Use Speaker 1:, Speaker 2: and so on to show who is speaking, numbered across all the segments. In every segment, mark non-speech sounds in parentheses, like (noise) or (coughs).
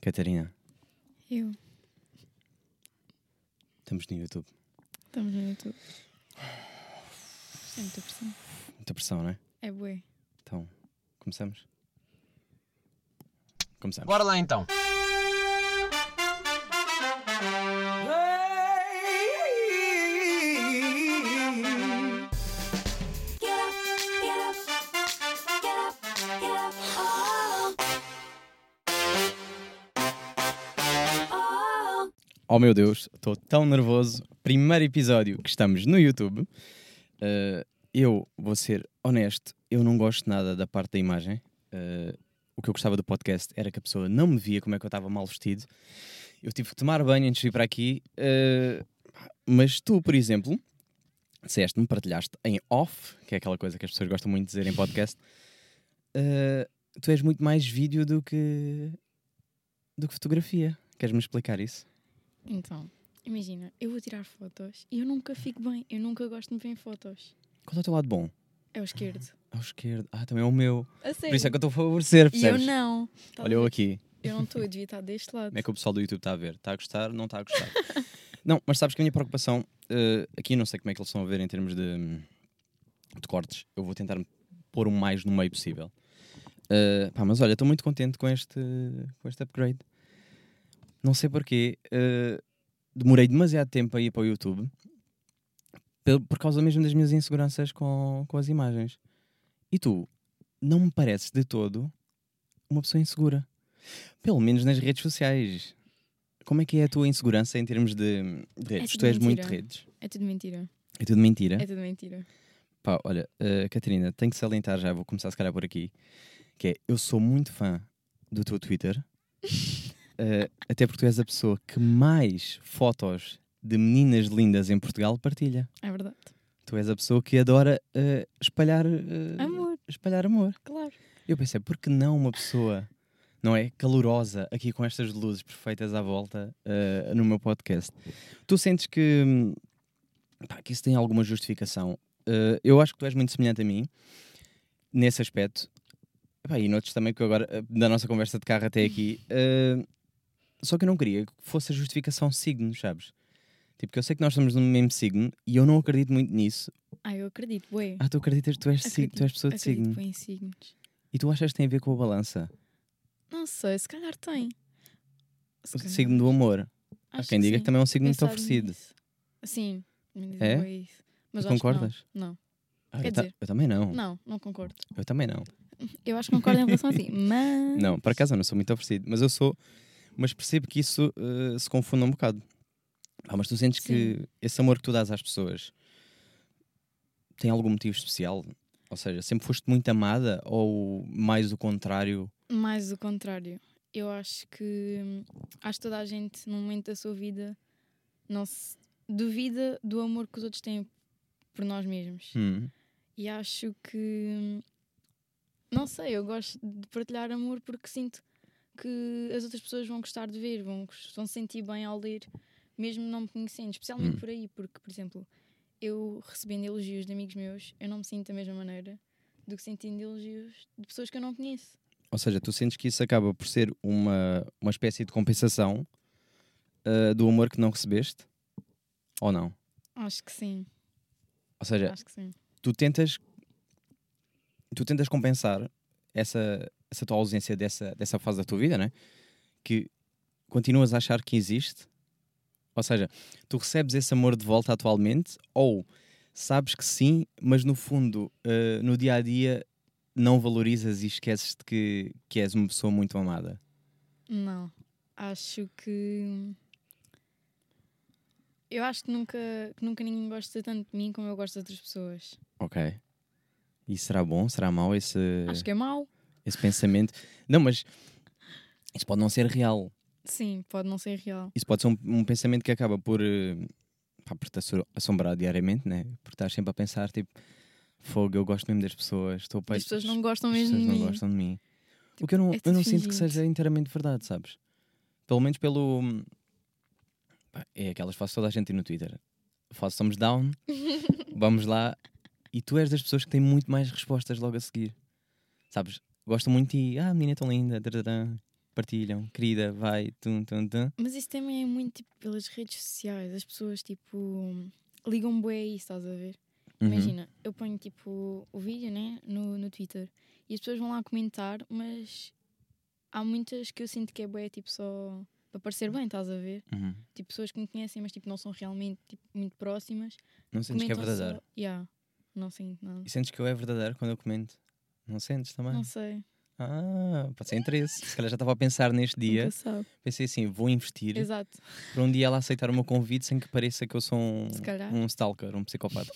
Speaker 1: Catarina,
Speaker 2: Eu.
Speaker 1: estamos no YouTube.
Speaker 2: Estamos no YouTube. Isto é muita pressão.
Speaker 1: Muita pressão, não é?
Speaker 2: É bué.
Speaker 1: Então, começamos? Começamos.
Speaker 3: Bora lá então.
Speaker 1: Oh meu Deus, estou tão nervoso. Primeiro episódio que estamos no YouTube. Uh, eu vou ser honesto, eu não gosto nada da parte da imagem. Uh, o que eu gostava do podcast era que a pessoa não me via como é que eu estava mal vestido. Eu tive que tomar banho antes de vir para aqui. uh, mas tu, por exemplo, disseste-me, partilhaste em off, que é aquela coisa que as pessoas gostam muito de dizer em podcast. uh, tu és muito mais vídeo do que, do que fotografia. Queres-me explicar isso?
Speaker 2: Então, imagina, eu vou tirar fotos e eu nunca fico bem. Eu nunca gosto de me ver em fotos.
Speaker 1: Qual é o teu lado bom?
Speaker 2: É o esquerdo.
Speaker 1: Ao esquerdo. Ah, também é o meu.
Speaker 2: A sério.
Speaker 1: Por isso é que eu estou a favorecer,
Speaker 2: E eu
Speaker 1: percebes?
Speaker 2: não. Estás
Speaker 1: Olha
Speaker 2: a
Speaker 1: eu
Speaker 2: ver?
Speaker 1: aqui.
Speaker 2: Eu não estou a devia estar deste lado.
Speaker 1: Como é que o pessoal do YouTube está a ver? Está a gostar? Não está a
Speaker 2: (laughs)
Speaker 1: gostar? não, mas sabes que a minha preocupação, eh, aqui não sei como é que eles estão a ver em termos de, hum, de cortes. Eu vou tentar pôr o mais no meio possível. Eh, pá, mas olha, estou muito contente com este, com este upgrade. Não sei porquê. eh, demorei demasiado tempo a ir para o YouTube pel- por causa mesmo das minhas inseguranças com, com as imagens. E tu não me pareces de todo uma pessoa insegura. Pelo menos nas redes sociais. Como é que é a tua insegurança em termos de de redes?
Speaker 2: tudo
Speaker 1: tu és muito de
Speaker 2: mentira.
Speaker 1: redes.
Speaker 2: É tudo mentira.
Speaker 1: É tudo mentira.
Speaker 2: É tudo mentira.
Speaker 1: Pá, olha, eh, Catarina, tenho que salientar já, vou começar se calhar por aqui, que é, eu sou muito fã do teu Twitter, eh, até porque tu és a pessoa que mais fotos de meninas lindas em Portugal partilha.
Speaker 2: É verdade.
Speaker 1: Tu és a pessoa que adora eh, espalhar, eh,
Speaker 2: Amor,
Speaker 1: espalhar amor.
Speaker 2: claro.
Speaker 1: Eu pensei, por que não uma pessoa, não é, calorosa, aqui com estas luzes perfeitas à volta, eh, no meu podcast? Tu sentes que, hum, pá, que isso tem alguma justificação? Eh, eu acho que tu és muito semelhante a mim, nesse aspecto. Epá, e noutros também, que eu agora, eh, da nossa conversa de carro até aqui, eh, só que eu não queria que fosse a justificação signos, sabes? Tipo, que eu sei que nós estamos no mesmo signo e eu não acredito muito nisso.
Speaker 2: Ah, eu acredito, bué.
Speaker 1: Ah, tu acreditas que tu és, sig- tu és pessoa de
Speaker 2: acredito
Speaker 1: signo?
Speaker 2: bué em signos.
Speaker 1: E tu achas que tem a ver com a balança?
Speaker 2: Não sei, se calhar tem. Se
Speaker 1: O
Speaker 2: calhar.
Speaker 1: signo do amor. Há
Speaker 2: Acho
Speaker 1: quem diga
Speaker 2: sim.
Speaker 1: que também é um signo muito
Speaker 2: Pensaram
Speaker 1: oferecido.
Speaker 2: nisso. Sim, me dizem
Speaker 1: É?
Speaker 2: bué isso. Mas
Speaker 1: Tu
Speaker 2: eu acho que não.
Speaker 1: concordas?
Speaker 2: Não,
Speaker 1: Ah, eu,
Speaker 2: Quer
Speaker 1: ta-
Speaker 2: dizer-
Speaker 1: eu também não.
Speaker 2: não, Ah. não concordo.
Speaker 1: Eu também não.
Speaker 2: Eu acho que concordo em relação a (laughs) ti, mas.
Speaker 1: Não, por acaso eu não sou muito oferecido, mas eu sou. Mas percebo que isso eh, se confunde um bocado. Ah, mas tu sentes que esse amor que tu dás às pessoas tem algum motivo especial? Ou seja, sempre foste muito amada ou mais o contrário?
Speaker 2: Mais o contrário. Eu acho que hum, acho que toda a gente, num momento da sua vida, não se duvida do amor que os outros têm por nós mesmos.
Speaker 1: Hum.
Speaker 2: E acho que hum, não sei, eu gosto de partilhar amor porque sinto que as outras pessoas vão gostar de ver, vão, gos- vão se sentir bem ao ler, mesmo não me conhecendo, especialmente
Speaker 1: Hum.
Speaker 2: por aí, porque, por exemplo, eu recebendo elogios de amigos meus, eu não me sinto da mesma maneira do que sentindo elogios de pessoas que eu não conheço.
Speaker 1: Ou seja, tu sentes que isso acaba por ser uma, uma espécie de compensação eh, do amor que não recebeste? Ou não?
Speaker 2: Acho que sim,
Speaker 1: Ou seja,
Speaker 2: acho que sim.
Speaker 1: tu tentas tu tentas compensar essa, essa tua ausência dessa, dessa fase da tua vida, né? Que continuas a achar que existe. Ou seja, tu recebes esse amor de volta atualmente ou sabes que sim, mas no fundo, eh, no dia a dia, não valorizas e esqueces de que, que és uma pessoa muito amada.
Speaker 2: Não, acho que. Eu acho que nunca, que nunca ninguém gosta tanto de mim como eu gosto de outras pessoas.
Speaker 1: Ok. E será bom? Será mau esse,
Speaker 2: Acho que é mau.
Speaker 1: esse pensamento? Não, mas isso pode não ser real.
Speaker 2: Sim, pode não ser real.
Speaker 1: isso pode ser um, um pensamento que acaba por, eh, pá, por te assu- assombrar diariamente, né? Porque estás sempre a pensar, tipo, fogo, eu gosto mesmo das pessoas, estou
Speaker 2: As pessoas não gostam mesmo
Speaker 1: pessoas
Speaker 2: de
Speaker 1: não
Speaker 2: mim.
Speaker 1: gostam de mim. o que eu não,
Speaker 2: é
Speaker 1: eu
Speaker 2: tudo
Speaker 1: não sinto que
Speaker 2: fingido.
Speaker 1: seja inteiramente verdade, sabes? Pelo menos pelo. hum, pá, É aquelas faço toda a gente no Twitter. Faço thumbs down,
Speaker 2: (laughs)
Speaker 1: vamos lá. E tu és das pessoas que têm muito mais respostas logo a seguir. Sabes? Gostam muito de ti. Ah, a menina é tão linda. tararã. partilham, querida, vai, tum, tum, tum.
Speaker 2: Mas isso também é muito tipo, pelas redes sociais. As pessoas tipo ligam bué a isso, estás a ver?
Speaker 1: Uhum.
Speaker 2: Imagina, eu ponho tipo o vídeo né, no, no Twitter e as pessoas vão lá comentar, mas há muitas que eu sinto que é bué tipo só para parecer bem, estás a ver?
Speaker 4: Uhum, uhum.
Speaker 2: Tipo pessoas que me conhecem, mas tipo não são realmente tipo, muito próximas.
Speaker 4: Não sentes que é
Speaker 2: Comentam
Speaker 4: verdadeiro?
Speaker 2: Só... Yeah, não sinto nada.
Speaker 1: E sentes que eu é verdadeiro quando eu comento? Não é? sentes também?
Speaker 2: Não sei.
Speaker 1: Ah, pode ser interesse. Se calhar já estava a pensar neste dia.
Speaker 2: Nunca sabe.
Speaker 1: Pensei assim, vou investir
Speaker 2: Exato.
Speaker 1: para um dia ela aceitar o meu convite sem que pareça que eu sou um,
Speaker 2: Se calhar.
Speaker 1: um stalker, um psicopata.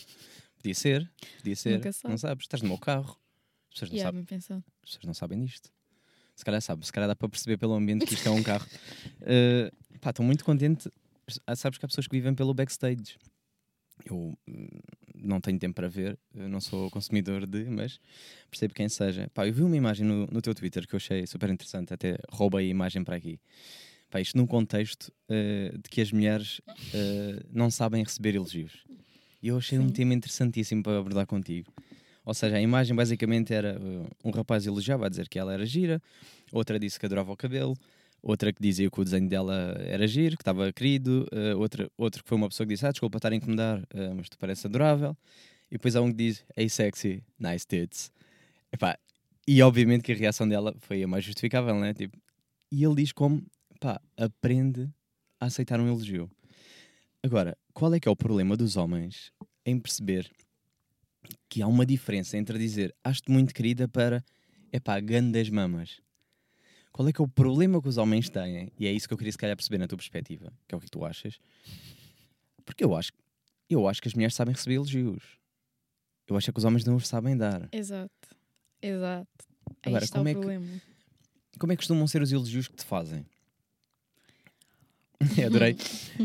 Speaker 1: Podia ser, podia
Speaker 2: (laughs)
Speaker 1: ser.
Speaker 2: Nunca sabe.
Speaker 1: Não sabes, estás no meu carro. As pessoas não,
Speaker 2: Yeah,
Speaker 1: sabem,
Speaker 2: bem pensado.
Speaker 1: as pessoas não sabem disto. Se calhar sabem, se calhar dá para perceber pelo ambiente que isto é um carro. Eh, pá, estou muito contente. Ah, Sabes que há pessoas que vivem pelo backstage. Eu hum, não tenho tempo para ver, eu não sou consumidor de, mas percebo quem seja. Pá, eu vi uma imagem no, no teu Twitter que eu achei super interessante, até roubei a imagem para aqui. Pá, isto num contexto eh, de que as mulheres eh, não sabem receber elogios. E eu achei um
Speaker 2: Sim.
Speaker 1: tema interessantíssimo para abordar contigo. Ou seja, a imagem basicamente era eh, um rapaz elogiava a dizer que ela era gira, outra disse que adorava o cabelo, outra que dizia que o desenho dela era giro, que estava querido, eh, outra, outro que foi uma pessoa que disse, ah, desculpa estar a incomodar, eh, mas tu parece adorável. E depois há um que diz, hey sexy, nice tits. Epá, e obviamente que a reação dela foi a mais justificável, né? Tipo, e ele diz como, pá, aprende a aceitar um elogio. Agora, qual é que é o problema dos homens em perceber que há uma diferença entre dizer acho-te muito querida para epá, das mamas? Qual é que é o problema que os homens têm? E é isso que eu queria se calhar perceber na tua perspectiva, que é o que tu achas. Porque eu acho, eu acho que as mulheres sabem receber elogios. Eu acho é que os homens não os sabem dar.
Speaker 2: Exato. Exato. Aí
Speaker 1: Agora,
Speaker 2: está
Speaker 1: como
Speaker 2: o
Speaker 1: é que-
Speaker 2: problema.
Speaker 1: Como é que costumam ser os elogios que te fazem? (laughs) Adorei.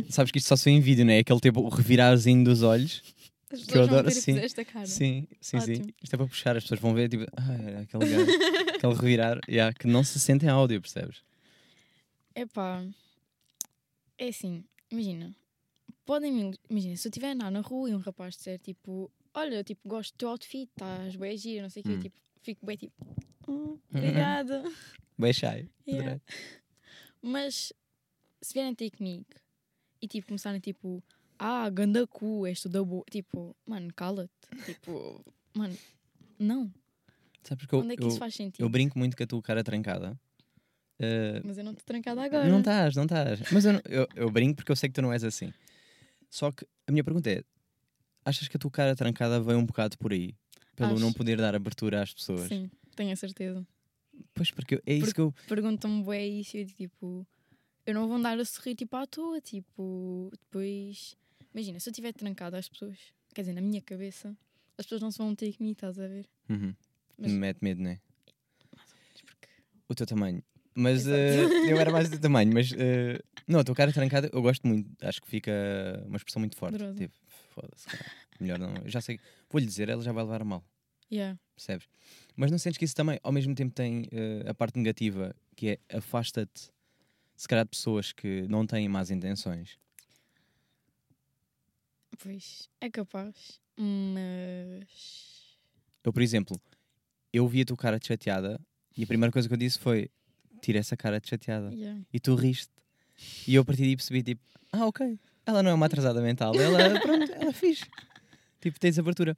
Speaker 1: Sabes que isto só se vê em vídeo, não é? Aquele tipo o revirarzinho dos olhos.
Speaker 2: As
Speaker 1: eu
Speaker 2: pessoas vão
Speaker 1: adoro
Speaker 2: ter que
Speaker 1: assim.
Speaker 2: fazer esta cara.
Speaker 1: Sim, sim, sim.
Speaker 2: Ótimo.
Speaker 1: Isto é para puxar, as pessoas vão ver, tipo, ah, era aquele
Speaker 2: (laughs)
Speaker 1: gajo, aquele revirar, yeah, que não se sentem áudio, percebes?
Speaker 2: Epá, é assim, imagina, podem me. Imagina, se eu estiver a andar na rua e um rapaz disser tipo, olha, tipo, gosto do teu outfit, estás bem gira, não sei o quê,
Speaker 1: Hum.
Speaker 2: tipo, fico bem tipo, "Oh,
Speaker 1: (laughs)
Speaker 2: obrigada.
Speaker 1: Bem shy.
Speaker 2: Yeah.
Speaker 1: adorei.
Speaker 2: Mas se vierem ter comigo e tipo começarem tipo, ah, ganda cu, és tu da boa, tipo, mano, cala-te, tipo, mano, não,
Speaker 1: Sabes que eu,
Speaker 2: onde é que
Speaker 1: eu,
Speaker 2: isso faz sentido?
Speaker 1: eu brinco muito com a tua cara trancada. Ah,
Speaker 2: Mas eu não estou trancada agora.
Speaker 1: Não estás, não estás. Mas eu, não- eu, eu brinco porque eu sei que tu não és assim. Só que a minha pergunta é: achas que a tua cara trancada veio um bocado por aí? Pelo
Speaker 2: Acho.
Speaker 1: não poder dar abertura às pessoas?
Speaker 2: Sim, tenho a certeza.
Speaker 1: Pois, porque eu- é isso
Speaker 2: Porque-
Speaker 1: que eu.
Speaker 2: perguntam-me bué isso e eu digo, tipo, eu não vou andar a sorrir tipo à toa, tipo, depois, imagina, se eu estiver trancada às pessoas, quer dizer, na minha cabeça, as pessoas não se vão ter comigo, estás a ver?
Speaker 1: Uhum.
Speaker 2: Mas-
Speaker 1: Me mete medo, não é?
Speaker 2: Mas porque-
Speaker 1: O teu tamanho. Mas
Speaker 2: Exato.
Speaker 1: eh, eu era mais
Speaker 2: (laughs)
Speaker 1: do teu tamanho, mas eh, não, a tua cara trancada eu gosto muito, acho que fica uma expressão muito forte.
Speaker 2: Poderosa.
Speaker 1: Tipo, foda-se, cara. melhor não. Eu já sei, vou-lhe dizer, ela já vai levar a mal,
Speaker 2: Yeah,
Speaker 1: percebes? Mas não sentes que isso também, ao mesmo tempo, tem eh, a parte negativa, que é afasta-te, se calhar, de pessoas que não têm más intenções.
Speaker 2: pois, é capaz, mas...
Speaker 1: Eu, por exemplo, eu vi a tua cara de chateada e a primeira coisa que eu disse foi: tira essa cara de chateada.
Speaker 2: Yeah.
Speaker 1: e tu riste. E eu a partir daí percebi, tipo, ah, ok, ela não é uma atrasada mental, ela,
Speaker 2: (laughs)
Speaker 1: pronto, ela é fixe. Tipo, tens abertura.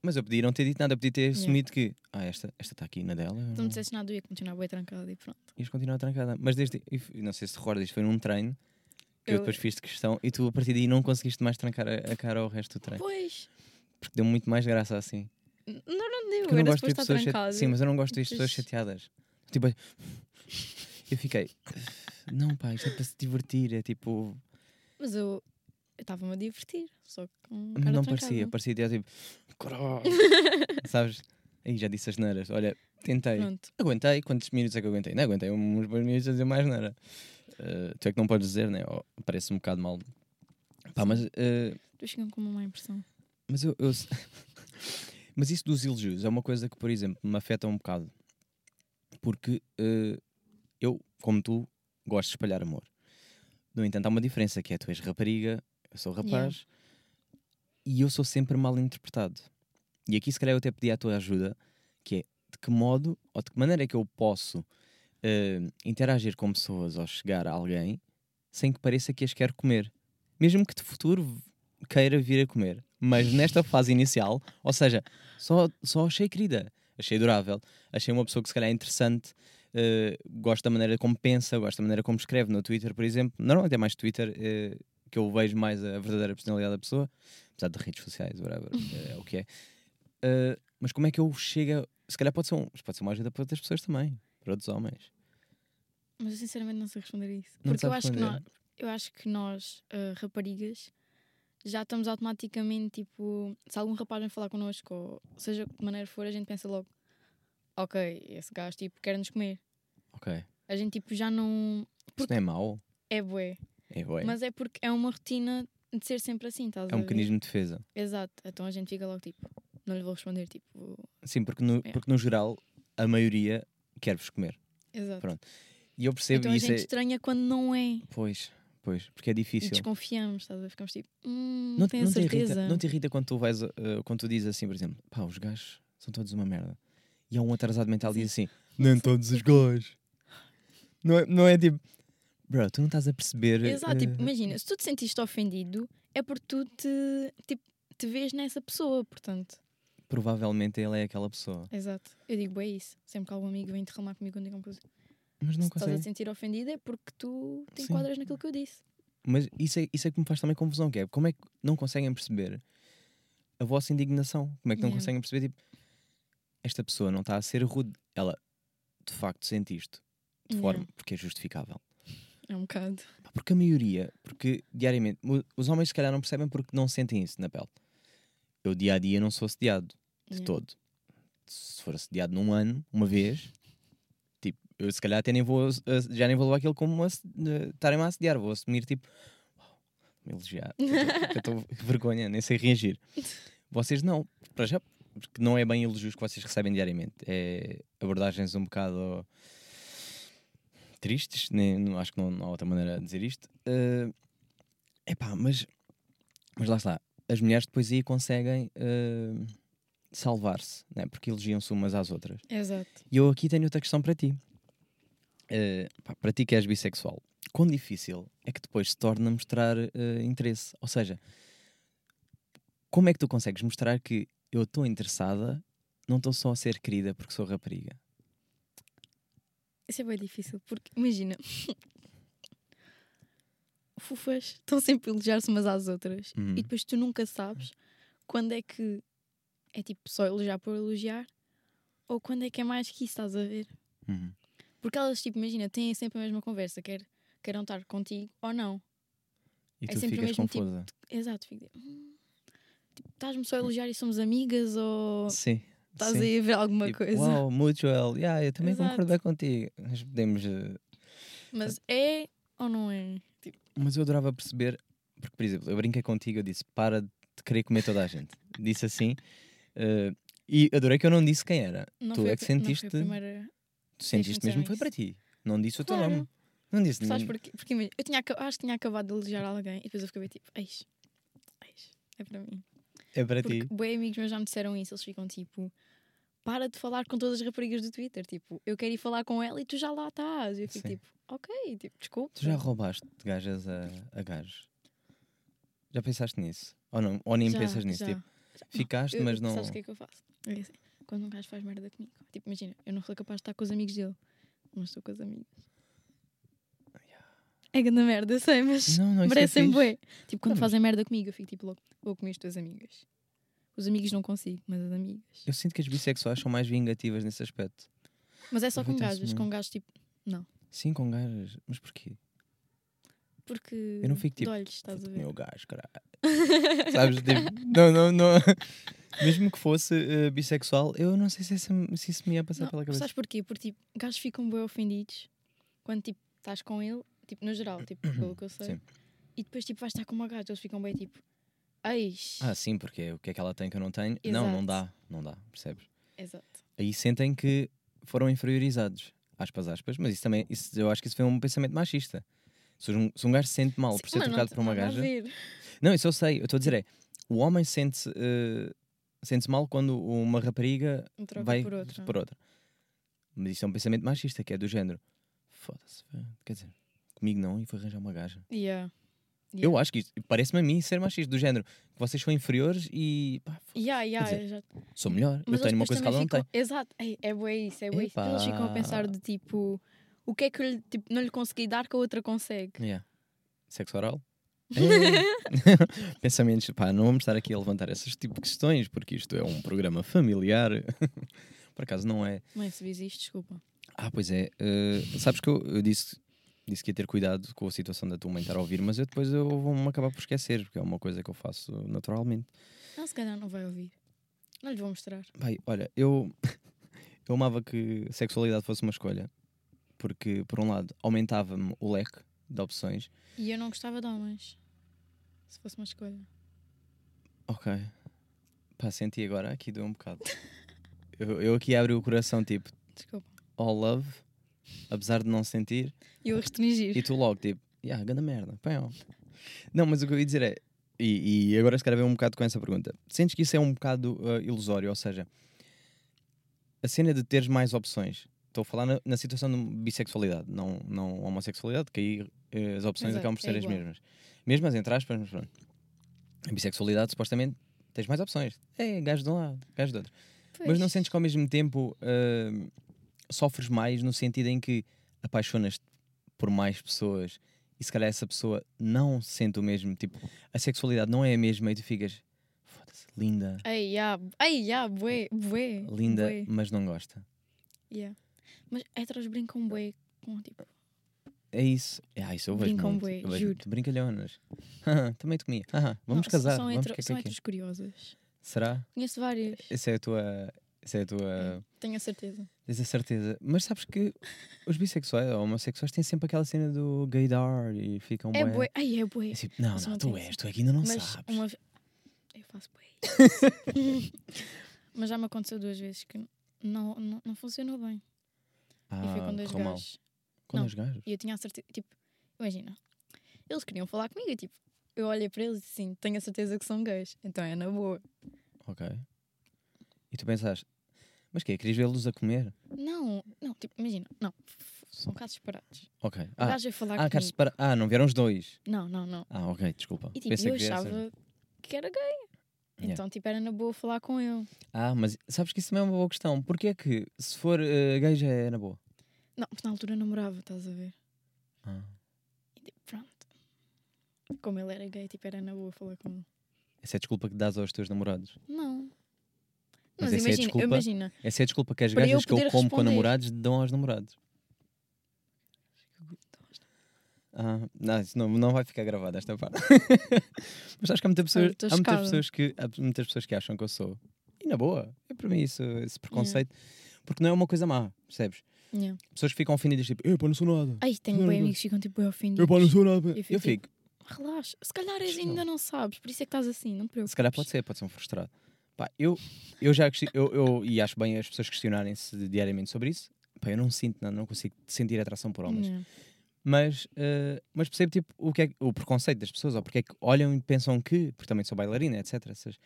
Speaker 1: Mas eu podia não ter dito nada, eu podia ter
Speaker 2: Yeah.
Speaker 1: assumido que, ah, esta esta está aqui na dela, eu
Speaker 2: Tu não
Speaker 1: não...
Speaker 2: disseste nada, eu ia continuar bué trancada e pronto.
Speaker 1: ias continuar trancada. Mas desde, e f- não sei se te recordas, isto foi num treino, que eu,
Speaker 2: Eu-
Speaker 1: depois fiz de questão, e tu a partir daí não conseguiste mais trancar a, a cara ao resto do treino,
Speaker 2: Pois,
Speaker 1: porque deu muito mais graça assim.
Speaker 2: N- não, não deu,
Speaker 1: Porque eu
Speaker 2: era
Speaker 1: não gosto
Speaker 2: suposto
Speaker 1: de
Speaker 2: estar
Speaker 1: pessoas
Speaker 2: trancada.
Speaker 1: chateadas. Sim, mas eu não gosto de pessoas
Speaker 2: Depois-
Speaker 1: chateadas. Tipo, eu fiquei, não pá, isto é para se divertir, é tipo,
Speaker 2: Mas eu eu estava-me a divertir, só que com
Speaker 1: Mas
Speaker 2: Um cara
Speaker 1: não
Speaker 2: trancada.
Speaker 1: parecia, parecia até tipo,
Speaker 2: (laughs)
Speaker 1: caralho, sabes? Aí já disse as neiras, olha, tentei,
Speaker 2: Pronto,
Speaker 1: aguentei, quantos minutos é que aguentei? Não aguentei uns bons minutos a dizer mais neira. Eh, tu é que não podes dizer, né? Oh, parece um bocado mal. Pá, mas, eh,
Speaker 2: depois ficam com uma má impressão.
Speaker 1: mas eu. eu- (laughs) mas isso dos elogios é uma coisa que, por exemplo, me afeta um bocado. Porque eh, eu, como tu, gosto de espalhar amor. No entanto, há uma diferença que é tu és rapariga, eu sou rapaz
Speaker 2: Yeah.
Speaker 1: e eu sou sempre mal interpretado. E aqui se calhar eu até pedi a tua ajuda, que é de que modo ou de que maneira é que eu posso eh, interagir com pessoas ou chegar a alguém sem que pareça que as quer comer. Mesmo que de futuro queira vir a comer. Mas nesta fase inicial, ou seja, só, só achei querida, achei durável, achei uma pessoa que se calhar é interessante, eh, gosto da maneira como pensa, gosto da maneira como escreve no Twitter, por exemplo. Normalmente é mais Twitter eh, que eu vejo mais a verdadeira personalidade da pessoa, apesar de redes sociais,
Speaker 2: (laughs)
Speaker 1: whatever, eh, é o que é. Eh, mas como é que eu chego. a- Se calhar pode ser, um, mas pode ser uma ajuda para outras pessoas também, para outros homens.
Speaker 2: Mas eu sinceramente não sei responder a isso.
Speaker 1: Não
Speaker 2: Porque eu
Speaker 1: sabes
Speaker 2: acho, que
Speaker 1: responder?
Speaker 2: nós, eu acho que nós, ah, raparigas, já estamos automaticamente tipo. Se algum rapaz vem falar connosco, ou seja de que maneira for, a gente pensa logo: ok, esse gajo tipo, quer nos comer.
Speaker 1: Ok. Isso
Speaker 2: A gente tipo já não. Porque-
Speaker 1: não é mau?
Speaker 2: É bué.
Speaker 1: É bué.
Speaker 2: Mas é porque é uma rotina de ser sempre assim, estás
Speaker 1: É
Speaker 2: a
Speaker 1: um
Speaker 2: ver?
Speaker 1: mecanismo de defesa.
Speaker 2: Exato. Então a gente fica logo tipo: não lhe vou responder, tipo. vou-
Speaker 1: Sim, porque no,
Speaker 2: É.
Speaker 1: porque no geral a maioria quer-vos comer.
Speaker 2: Exato.
Speaker 1: Pronto. E eu percebo
Speaker 2: Então a
Speaker 1: isso.
Speaker 2: gente
Speaker 1: é-
Speaker 2: estranha quando não é.
Speaker 1: Pois, pois, porque é
Speaker 2: E
Speaker 1: difícil.
Speaker 2: desconfiamos, estás a ver? Ficamos tipo: hum,
Speaker 1: Não,
Speaker 2: não
Speaker 1: te-
Speaker 2: tenho
Speaker 1: não te
Speaker 2: certeza.
Speaker 1: irrita, não te irrita quando tu vais, uh, quando tu dizes assim, por exemplo, pá, os gajos são todos uma merda. E há um atrasado mental que diz assim, nem todos os gajos. Não é, não é tipo, bro, tu não estás a perceber.
Speaker 2: Exato,
Speaker 1: uh,
Speaker 2: tipo, imagina, se tu te sentiste ofendido, é porque tu te, tipo, te vês nessa pessoa, portanto.
Speaker 1: provavelmente ele é aquela pessoa.
Speaker 2: Exato. Eu digo, é isso. Sempre que algum amigo vem te reclamar comigo, quando digo uma coisa.
Speaker 1: Mas não
Speaker 2: se estás a
Speaker 1: consegue.
Speaker 2: sentir ofendido, é porque tu te
Speaker 1: Sim.
Speaker 2: enquadras naquilo que eu disse.
Speaker 1: Mas isso é, isso é que me faz também confusão, que é como é que não conseguem perceber a vossa indignação? Como é que não
Speaker 2: Yeah.
Speaker 1: conseguem perceber, tipo, esta pessoa não está a ser rude, ela de facto sente isto, de
Speaker 2: Yeah.
Speaker 1: forma, porque é justificável.
Speaker 2: É um bocado.
Speaker 1: Pá, Porque a maioria, porque diariamente, mo- os homens se calhar não percebem porque não sentem isso na pele. Eu dia a dia não sou assediado de
Speaker 2: Yeah.
Speaker 1: todo. Se for assediado num ano, uma vez, tipo, eu se calhar até nem vou, ass- ass- já nem vou levar aquilo como ass- eh, estarem-me a assediar, vou assumir tipo, uau, me elogiar, eu estou vergonha, nem sei reagir. Vocês não, para já, porque não é bem elogios que vocês recebem diariamente, é abordagens um bocado tristes, nem, não- acho que não, não há outra maneira de dizer isto. Eh, epá, mas, mas lá está. As mulheres depois aí conseguem eh, salvar-se, né? porque elogiam-se umas às outras.
Speaker 2: Exato.
Speaker 1: E eu aqui tenho outra questão para ti. Eh, pá, para ti que és bissexual, quão difícil é que depois se torna mostrar eh, interesse? Ou seja, como é que tu consegues mostrar que eu estou interessada, não estou só a ser querida porque sou rapariga?
Speaker 2: Isso é bem difícil, porque imagina. (laughs) Fufas estão sempre a elogiar-se umas às outras.
Speaker 1: Uhum.
Speaker 2: E depois tu nunca sabes quando é que é tipo só elogiar por elogiar ou quando é que é mais que isso, estás a ver?
Speaker 1: Uhum.
Speaker 2: Porque elas, tipo, imagina, têm sempre a mesma conversa, quer queiram estar contigo ou não.
Speaker 1: E
Speaker 2: É
Speaker 1: tu
Speaker 2: sempre o
Speaker 1: ficas
Speaker 2: mesmo tipo
Speaker 1: confusa.
Speaker 2: Exato, fico tipo, "Hum, tipo, estás-me só a elogiar e somos amigas ou
Speaker 1: Sim.
Speaker 2: estás
Speaker 1: sim.
Speaker 2: aí a ver alguma
Speaker 1: Tipo,
Speaker 2: coisa?
Speaker 1: Uau, mutual. Yeah, eu também
Speaker 2: Exato.
Speaker 1: concordo bem contigo. Nós podemos. eh,
Speaker 2: Mas é ou não é? Tipo,
Speaker 1: Mas eu adorava perceber, porque, por exemplo, eu brinquei contigo, eu disse para de querer comer toda a gente. (laughs) disse assim. eh, e adorei que eu não disse quem era.
Speaker 2: não
Speaker 1: Tu
Speaker 2: foi
Speaker 1: é
Speaker 2: a
Speaker 1: que
Speaker 2: pri- não foi a
Speaker 1: sentiste-
Speaker 2: primeira-
Speaker 1: Tu sentiste
Speaker 2: disseram
Speaker 1: mesmo, foi
Speaker 2: isso.
Speaker 1: para ti. Não disse o
Speaker 2: Claro.
Speaker 1: teu nome. Não disse
Speaker 2: Sabes
Speaker 1: ninguém.
Speaker 2: porquê? Porque imagina, eu tinha, aca- acho que tinha acabado de elogiar alguém e depois eu fiquei bem tipo, eis, eis, é para mim.
Speaker 1: É para
Speaker 2: Porque
Speaker 1: ti.
Speaker 2: bem amigos meus já me disseram isso, eles ficam tipo, para de falar com todas as raparigas do Twitter, tipo, eu quero ir falar com ela e tu já lá estás. E eu fico
Speaker 1: Sim.
Speaker 2: tipo, ok, tipo, desculpa.
Speaker 1: Tu já roubaste de gajas a, a gajos? Já pensaste nisso? Ou não? Ou nem
Speaker 2: Já,
Speaker 1: pensas nisso?
Speaker 2: já.
Speaker 1: Tipo,
Speaker 2: Já.
Speaker 1: ficaste,
Speaker 2: Eu-
Speaker 1: mas não.
Speaker 2: Sabes o que é que eu faço? É assim, quando um gajo faz merda comigo, tipo, imagina, eu não sou capaz de estar com os amigos dele, mas estou com as amigas. É grande merda, eu sei, mas
Speaker 1: Não, não,
Speaker 2: (laughs)
Speaker 1: isso é
Speaker 2: merecem
Speaker 1: fixe.
Speaker 2: bué. Tipo, quando
Speaker 1: Não, mas-
Speaker 2: fazem merda comigo, eu fico tipo logo, vou comer as tuas amigas. Os amigos não consigo, mas as amigas.
Speaker 1: Eu sinto que as bissexuais são mais vingativas nesse aspecto.
Speaker 2: Mas é só com
Speaker 1: Aproveitam-se
Speaker 2: gajos,
Speaker 1: mesmo.
Speaker 2: com gajos tipo,
Speaker 1: Sim, com gajas. Mas porquê?
Speaker 2: porque
Speaker 1: Eu não fico, tipo,
Speaker 2: de olhos, estás a ver?
Speaker 1: Meu gajo, caralho. Sabes? Tipo,
Speaker 2: (laughs)
Speaker 1: não, não, não. Mesmo que fosse eh, bissexual, eu não sei se, essa, se isso me ia passar
Speaker 2: Não,
Speaker 1: pela cabeça.
Speaker 2: Sabes porquê? Porque tipo, gajos ficam bem ofendidos quando tipo, estás com ele, tipo, no geral,
Speaker 1: (coughs)
Speaker 2: tipo, pelo que eu sei.
Speaker 1: Sim.
Speaker 2: E depois tipo, vais estar com uma gaja, eles ficam bem tipo, eis.
Speaker 1: Ah, sim, porque o que é que ela tem que eu não tenho? Não, não
Speaker 2: Exato.
Speaker 1: dá, não dá, percebes?
Speaker 2: Exato.
Speaker 1: Aí sentem que foram inferiorizados, aspas, aspas, mas isso também, isso, eu acho que isso foi um pensamento machista. Se um, se um gajo se sente mal por
Speaker 2: Sim,
Speaker 1: ser
Speaker 2: mas não
Speaker 1: tocado
Speaker 2: te-
Speaker 1: por uma
Speaker 2: nada a
Speaker 1: gaja,
Speaker 2: ver.
Speaker 1: Não, isso eu sei. Eu estou a dizer é, o homem sente-se eh, sente-se mal quando uma rapariga
Speaker 2: Me Um troca
Speaker 1: vai
Speaker 2: por outra.
Speaker 1: por outra. Mas isso é um pensamento machista, que é do género. Foda-se, pá, quer dizer, comigo não, e foi arranjar uma gaja.
Speaker 2: Yeah.
Speaker 1: Eu acho que isso parece-me a mim ser machista, do género. que Vocês são inferiores e pá, foda-se,
Speaker 2: Yeah, yeah,
Speaker 1: dizer,
Speaker 2: exato.
Speaker 1: sou melhor.
Speaker 2: Mas
Speaker 1: eu tenho uma
Speaker 2: eles
Speaker 1: coisa
Speaker 2: depois
Speaker 1: que ela não
Speaker 2: também
Speaker 1: tem.
Speaker 2: ficam- Exato, Ei, é bué isso, é bué isso. Eles ficam a pensar de tipo, o que é que eu lhe- tipo, não lhe consegui dar que a outra consegue?
Speaker 1: Yeah. Sexo
Speaker 2: (laughs)
Speaker 1: oral? Eh. (laughs) Pensamentos, pá, não vamos estar aqui a levantar essas tipo de questões, porque isto é um programa familiar. (laughs) Por acaso não é.
Speaker 2: Mãe, se vis isto, desculpa.
Speaker 1: Ah, pois é. eh, sabes que eu, eu disse, disse que ia ter cuidado com a situação da tua mãe estar a ouvir, mas eu depois eu vou-me acabar por esquecer, porque é uma coisa que eu faço naturalmente.
Speaker 2: Não, se calhar não vai ouvir. Não lhe vou mostrar.
Speaker 1: Bem, olha, eu, (laughs) eu amava que a sexualidade fosse uma escolha, porque, por um lado, aumentava-me o leque de opções.
Speaker 2: E eu não gostava de homens. Se fosse uma escolha.
Speaker 1: Ok. Pá, senti agora, aqui deu um bocado. Eu, eu aqui abri o coração, tipo,
Speaker 2: Desculpa.
Speaker 1: all love, apesar de não sentir,
Speaker 2: E eu a
Speaker 1: e
Speaker 2: restringir.
Speaker 1: tu logo, tipo, yeah, ganda merda, pão. Não, mas o que eu ia dizer é, e, e agora se calhar vem um bocado com essa pergunta, sentes que isso é um bocado ah, ilusório, ou seja, a cena de teres mais opções, estou a falar na, na situação de bissexualidade, não, não homossexualidade, que aí eh, as opções
Speaker 2: Exato,
Speaker 1: acabam por
Speaker 2: é
Speaker 1: ser as
Speaker 2: igual.
Speaker 1: mesmas. Mesmas, entre aspas, mas pronto. A bissexualidade, supostamente, tens mais opções. É, gajo de um lado, gajo do outro. Mas não
Speaker 2: Pois.
Speaker 1: sentes que ao mesmo tempo hum, sofres mais no sentido em que apaixonas-te por mais pessoas e se calhar essa pessoa não sente o mesmo, tipo, a sexualidade não é a mesma e tu ficas, foda-se, linda,
Speaker 2: Ei, já, ei, já, bué, bué.
Speaker 1: linda,
Speaker 2: bué.
Speaker 1: mas não gosta.
Speaker 2: Yeah. Mas heteros brincam bué com tipo.
Speaker 1: É isso. É, ah, isso eu vejo
Speaker 2: Brincam
Speaker 1: muito.
Speaker 2: bué,
Speaker 1: eu vejo
Speaker 2: juro.
Speaker 1: muito. Brincalhonas. Ah, (laughs) Também te comia. Ah, vamos
Speaker 2: Não,
Speaker 1: casar.
Speaker 2: São,
Speaker 1: vamos
Speaker 2: hetero-
Speaker 1: que é que
Speaker 2: são
Speaker 1: é que é?
Speaker 2: heteros curiosas.
Speaker 1: Será?
Speaker 2: Conheço várias.
Speaker 1: Essa é a tua... Essa é a tua...
Speaker 2: Tenho a certeza.
Speaker 1: Tens a certeza. Mas sabes que os bissexuais ou homossexuais têm sempre aquela cena do gaydar e ficam
Speaker 2: É
Speaker 1: bué-
Speaker 2: bué. Ai, é bué.
Speaker 1: É tipo, não,
Speaker 2: Mas
Speaker 1: não,
Speaker 2: não
Speaker 1: tu
Speaker 2: tem
Speaker 1: és, tu é que ainda não
Speaker 2: Mas um
Speaker 1: sabes.
Speaker 2: uma vez. Eu faço bué.
Speaker 1: (laughs)
Speaker 2: Mas já me aconteceu duas vezes que não, não, não funcionou bem.
Speaker 1: Ah,
Speaker 2: e foi com dois
Speaker 1: correu mal.
Speaker 2: gajos.
Speaker 1: Com
Speaker 2: Não.
Speaker 1: dois gajos?
Speaker 2: E eu tinha a certeza, tipo, imagina, eles queriam falar comigo e tipo, eu olhei para eles e disse assim, tenho a certeza que são gays, então é na boa.
Speaker 1: Ok. E tu pensaste, mas que é, querias vê-los a comer?
Speaker 2: Não, não, tipo, imagina, não, f- são casos separados.
Speaker 1: Ok.
Speaker 2: O
Speaker 1: Ah,
Speaker 2: gajo veio falar
Speaker 1: ah, queres
Speaker 2: comigo.
Speaker 1: separar. Ah, não vieram os dois.
Speaker 2: Não, não, não.
Speaker 1: Ah, ok, desculpa.
Speaker 2: E tipo,
Speaker 1: Pensei
Speaker 2: eu
Speaker 1: que vieram ser-
Speaker 2: achava que era gay.
Speaker 1: Yeah.
Speaker 2: Então, tipo, era na boa falar com ele.
Speaker 1: Ah, mas sabes que isso também é uma boa questão. Porquê é que se for eh, gay já é na boa?
Speaker 2: Não, porque na altura namorava, estás a ver?
Speaker 1: Ah.
Speaker 2: E tipo, pronto. Como ele era gay, tipo, era na boa falar com ele.
Speaker 1: Essa é a desculpa que dás aos teus namorados.
Speaker 2: Não.
Speaker 1: Mas essa é
Speaker 2: Mas,
Speaker 1: a
Speaker 2: imagina,
Speaker 1: desculpa?
Speaker 2: eu imagina.
Speaker 1: Essa é a desculpa que as
Speaker 2: Para eu
Speaker 1: gajas que eu
Speaker 2: poder
Speaker 1: como com
Speaker 2: responder.
Speaker 1: namorados dão aos namorados. Ah, não, isso não, não vai ficar gravado esta parte.
Speaker 2: (laughs)
Speaker 1: Mas acho que há, muita pessoa-
Speaker 2: Olha, estou
Speaker 1: há muitas
Speaker 2: chocada.
Speaker 1: pessoas que há muitas pessoas que acham que eu sou. E na boa, é para mim isso, esse preconceito. Porque não é uma coisa má, percebes?
Speaker 2: Yeah.
Speaker 1: Pessoas que ficam ofendidas, tipo, eu não sou nada.
Speaker 2: Ai, tenho
Speaker 1: Não,
Speaker 2: bem
Speaker 1: não.
Speaker 2: amigos que ficam tipo
Speaker 1: Hum.
Speaker 2: bem
Speaker 1: Eu assim.
Speaker 2: ofendidos.
Speaker 1: não sou nada.
Speaker 2: Eu fico tipo,
Speaker 1: Eu fico.
Speaker 2: Relaxa, se calhar és ainda não sabes, por isso é que estás assim, não te preocupes.
Speaker 1: Se calhar pode ser, pode ser um frustrado. Pá, eu, eu já questi- eu, eu E acho bem as pessoas questionarem-se diariamente sobre isso. Pá, eu não sinto nada, não consigo sentir atração por homens.
Speaker 2: Yeah.
Speaker 1: mas, eh, mas percebo tipo, o, que é, que- o preconceito das pessoas, ou porque é que olham e pensam que, porque também sou bailarina, etc. essas-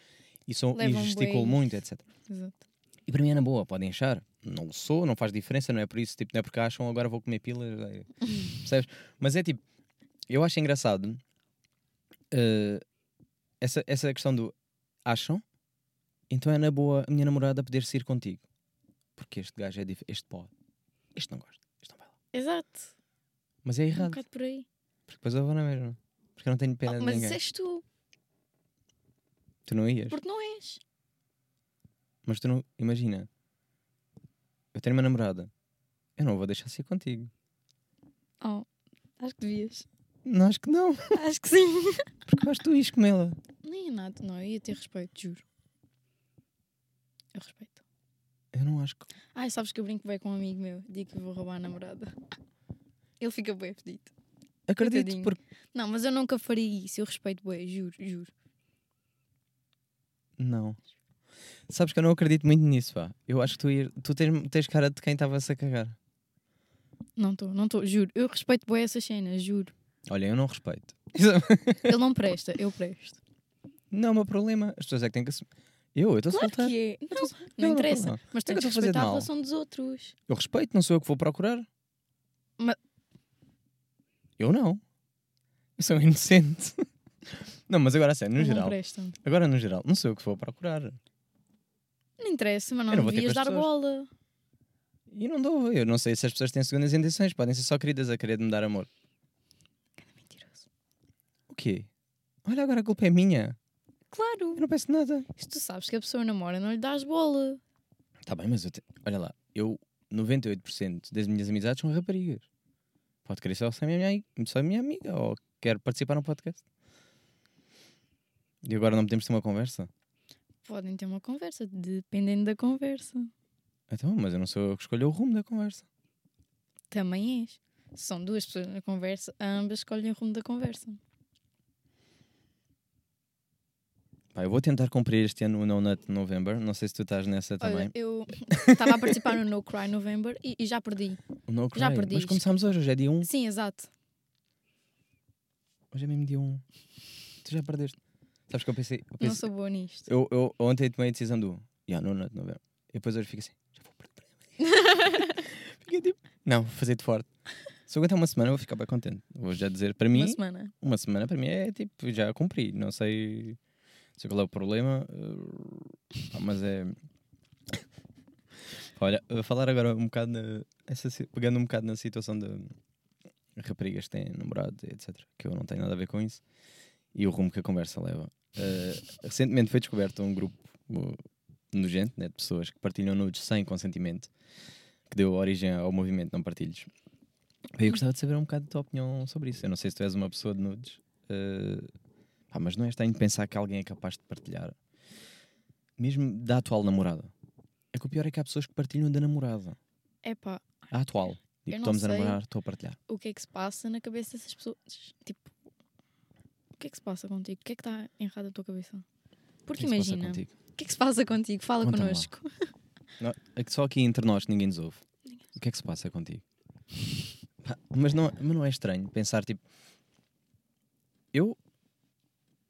Speaker 1: e, sou, e
Speaker 2: Levam
Speaker 1: gesticulo
Speaker 2: bué
Speaker 1: muito,
Speaker 2: isso.
Speaker 1: etc.
Speaker 2: Exato.
Speaker 1: E para mim é na boa, podem achar, não sou, não faz diferença, não é por isso, tipo, não é porque acham agora vou comer pilas, eh, percebes? Mas é tipo, eu acho engraçado eh, essa, essa questão do acham, então é na boa a minha namorada poder ir contigo, porque este gajo é diferente, este pode, este não gosta, este não vai lá.
Speaker 2: Exato.
Speaker 1: Mas é
Speaker 2: É Um
Speaker 1: errado.
Speaker 2: bocado por aí.
Speaker 1: Porque depois eu vou na mesma. Porque eu não tenho pena
Speaker 2: Ah,
Speaker 1: de
Speaker 2: mas
Speaker 1: ninguém.
Speaker 2: isso é és tu,
Speaker 1: Tu não ias.
Speaker 2: porque não és.
Speaker 1: Mas tu não. Imagina. Eu tenho uma namorada. Eu não vou deixar ser contigo.
Speaker 2: Oh, acho que devias.
Speaker 1: Não, acho que não.
Speaker 2: (laughs)
Speaker 1: (laughs)
Speaker 2: acho que sim.
Speaker 1: Porque acho que tu ias comê-la.
Speaker 2: Nem é nada, não, eu ia ter respeito, juro. Eu respeito.
Speaker 1: Eu não acho que.
Speaker 2: Ai, sabes que eu brinco bem com um amigo meu, digo que vou roubar a namorada. Ele fica bem fedido.
Speaker 1: Acredito,
Speaker 2: Coitadinho.
Speaker 1: porque.
Speaker 2: Não, mas eu nunca faria isso, eu respeito bem, juro, juro.
Speaker 1: Não. Sabes que eu não acredito muito nisso, pá. Eu acho que tu, ir, tu tens, tens cara de quem estava-se a cagar.
Speaker 2: Não estou, não estou, juro. Eu respeito bem essas cenas, juro.
Speaker 1: Olha, eu não respeito. (laughs) é
Speaker 2: Ele não presta, eu presto.
Speaker 1: não é o meu problema. As pessoas é que têm que assumir. Eu, eu estou
Speaker 2: Claro
Speaker 1: solteiro.
Speaker 2: que é. Não,
Speaker 1: Então, Não,
Speaker 2: não
Speaker 1: não
Speaker 2: interessa.
Speaker 1: estou.
Speaker 2: Mas
Speaker 1: que é
Speaker 2: tens
Speaker 1: que eu
Speaker 2: que
Speaker 1: estou a fazer de
Speaker 2: respeitar a
Speaker 1: mal?
Speaker 2: relação dos outros.
Speaker 1: Eu respeito, não sou eu que vou procurar.
Speaker 2: Ma-
Speaker 1: Eu não. Eu sou inocente. (laughs) não, mas agora a sério, no
Speaker 2: Não
Speaker 1: geral.
Speaker 2: prestam.
Speaker 1: Agora no geral, não sou eu que vou procurar.
Speaker 2: Não interessa, mas
Speaker 1: Eu não
Speaker 2: não
Speaker 1: vou ter
Speaker 2: devias
Speaker 1: com as
Speaker 2: dar
Speaker 1: pessoas.
Speaker 2: bola.
Speaker 1: E não dou, eu não sei se as pessoas têm segundas intenções, podem ser só queridas a querer me dar amor.
Speaker 2: Mentiroso.
Speaker 1: O quê? Olha, agora a culpa é minha.
Speaker 2: Claro.
Speaker 1: Eu não peço nada.
Speaker 2: Se tu sabes que a pessoa namora, não lhe dás bola.
Speaker 1: Tá bem, mas eu te... olha lá, eu 98% das minhas amizades são raparigas. Pode querer só ser minha, só minha amiga ou quer participar num podcast. E agora não podemos ter uma conversa?
Speaker 2: Podem ter uma conversa, dependendo da conversa.
Speaker 1: Então, mas eu não sou eu que escolho o rumo da conversa.
Speaker 2: Também és. Se são duas pessoas na conversa, ambas escolhem o rumo da conversa.
Speaker 1: Pá, eu vou tentar cumprir este ano o No Nut November. Não sei se tu estás nessa também.
Speaker 2: Olha, eu estava a participar no No Cry November e, e já perdi.
Speaker 1: O No
Speaker 2: já
Speaker 1: Cry.
Speaker 2: perdi
Speaker 1: Mas
Speaker 2: isto.
Speaker 1: começámos hoje, hoje é dia 1.
Speaker 2: Sim, exato.
Speaker 1: Hoje é mesmo dia 1. Tu já perdeste. Sabes que eu pensei. Eu,
Speaker 2: Não
Speaker 1: pensei-
Speaker 2: sou boa nisto.
Speaker 1: eu, eu ontem tomei a decisão do. Yeah, no Nut November. E depois hoje fico assim. Já vou perder.
Speaker 2: (laughs)
Speaker 1: Fiquei tipo. Não, vou fazer de forte. Se eu aguentar uma semana, eu vou ficar bem contente. Vou já dizer, para mim,
Speaker 2: Uma semana.
Speaker 1: uma semana para mim é tipo, já cumpri. Não sei, sei qual é o problema, eh, pá, mas é. (laughs) Pá, Olha, a falar agora um bocado, na, essa si- pegando um bocado na situação de raparigas que têm namorado, etc., que eu não tenho nada a ver com isso, e o rumo que a conversa leva. Eh, recentemente foi descoberto um grupo uh, nojento né, de pessoas que partilham nudes sem consentimento, que deu origem ao movimento Não Partilhos. Eu gostava de saber um bocado da tua opinião sobre isso. Eu não sei se tu és uma pessoa de nudes, eh, pá, mas não é estranho pensar que alguém é capaz de partilhar, mesmo da atual namorada. É que o pior é que há pessoas que partilham da namorada,
Speaker 2: Epá,
Speaker 1: a atual. Tipo,
Speaker 2: Eu não
Speaker 1: estamos a
Speaker 2: sei.
Speaker 1: namorar, estou a partilhar.
Speaker 2: o que é que se passa na cabeça dessas pessoas? Tipo, o que é que se passa contigo? O que é que está errado na tua cabeça?
Speaker 1: O
Speaker 2: Porque
Speaker 1: que é que se passa
Speaker 2: imagina,
Speaker 1: contigo?
Speaker 2: o que é que se passa contigo? Fala
Speaker 1: Conta-me lá.
Speaker 2: connosco.
Speaker 1: Não, é que só aqui entre nós ninguém nos ouve. O que é que se passa contigo? Pá, Mas não, mas não é estranho pensar, tipo. Eu.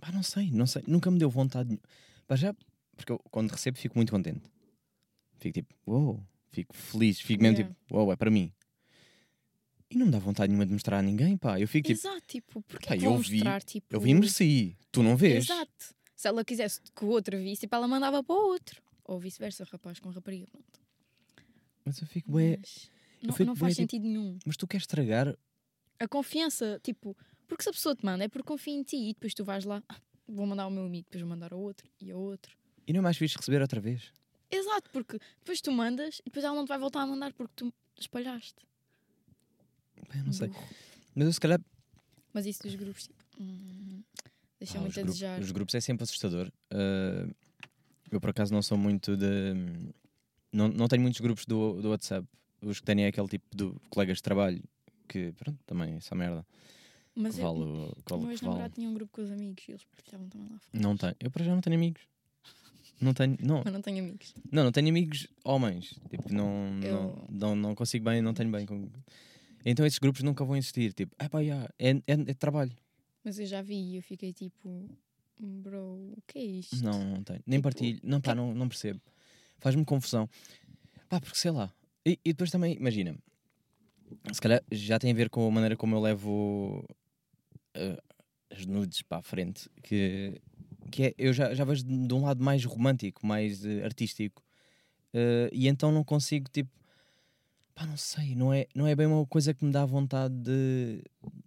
Speaker 1: Pá, não sei, não sei. Nunca me deu vontade. nenhu- Pá, já. Porque eu, quando recebo, fico muito contente. Fico tipo, uou. Fico feliz. Fico mesmo
Speaker 2: Yeah.
Speaker 1: tipo, uou, é para mim. E não me dá vontade nenhuma de mostrar a ninguém, pá. Eu fico tipo,
Speaker 2: Exato, tipo, porque
Speaker 1: Pá,
Speaker 2: é que
Speaker 1: eu
Speaker 2: vão
Speaker 1: vi-
Speaker 2: mostrar, tipo...
Speaker 1: eu vi mereci. Tu não vês.
Speaker 2: Exato. Se ela quisesse que o outro visse, tipo, ela mandava para o outro. Ou vice-versa, rapaz com rapariga. Pronto.
Speaker 1: Mas eu fico, ué.
Speaker 2: Mas não,
Speaker 1: fico
Speaker 2: não
Speaker 1: bué,
Speaker 2: faz
Speaker 1: tipo-
Speaker 2: sentido nenhum.
Speaker 1: Mas tu queres estragar.
Speaker 2: A confiança, tipo, porque se a pessoa te manda é porque confia em ti e depois tu vais lá, "Ah, vou mandar ao meu amigo, depois vou mandar ao outro e ao outro.
Speaker 1: E não é mais fixe receber outra vez.
Speaker 2: Exato, porque depois tu mandas e depois ela não te vai voltar a mandar porque tu espalhaste.
Speaker 1: Pá, eu não sei.
Speaker 2: Burro.
Speaker 1: Mas eu se calhar
Speaker 2: Mas isso dos grupos, tipo, hum, deixa
Speaker 1: Pá, Ah,
Speaker 2: muito
Speaker 1: os,
Speaker 2: a
Speaker 1: grupo-
Speaker 2: desejar.
Speaker 1: os grupos é sempre assustador. Ah, eu, por acaso, não sou muito de. Não, não tenho muitos grupos do, do WhatsApp. Os que tenho é aquele tipo de colegas de trabalho que, pronto, também, é essa merda.
Speaker 2: Mas
Speaker 1: Que
Speaker 2: eu,
Speaker 1: vale, o- que vale,
Speaker 2: o meu
Speaker 1: o que vale.
Speaker 2: ex-namorado tinha um grupo com os amigos e eles partilhavam também lá fora.
Speaker 1: Não tenho. Eu, para já, não tenho amigos. Não tenho,
Speaker 2: (laughs)
Speaker 1: não,
Speaker 2: Mas não tenho amigos.
Speaker 1: não, não tenho amigos homens. Tipo, não, não,
Speaker 2: Eu-
Speaker 1: não, não consigo bem, não tenho bem. com- Então, esses grupos nunca vão existir. Tipo, ah, pá, já, é, é, é de trabalho.
Speaker 2: Mas eu já vi e eu fiquei tipo, bro, o que é isto?
Speaker 1: Não, não tenho. Nem
Speaker 2: Tipo,
Speaker 1: partilho. Não, pá,
Speaker 2: que-
Speaker 1: não, não percebo. Faz-me confusão. Pá, porque sei lá. E, e depois também, imagina. Se calhar já tem a ver com a maneira como eu levo eh, as nudes para a frente. Que, que é, eu já, já vejo de de um lado mais romântico, mais eh, artístico. Eh, e então não consigo, tipo. Pá, não sei. Não é, não é bem uma coisa que me dá vontade de.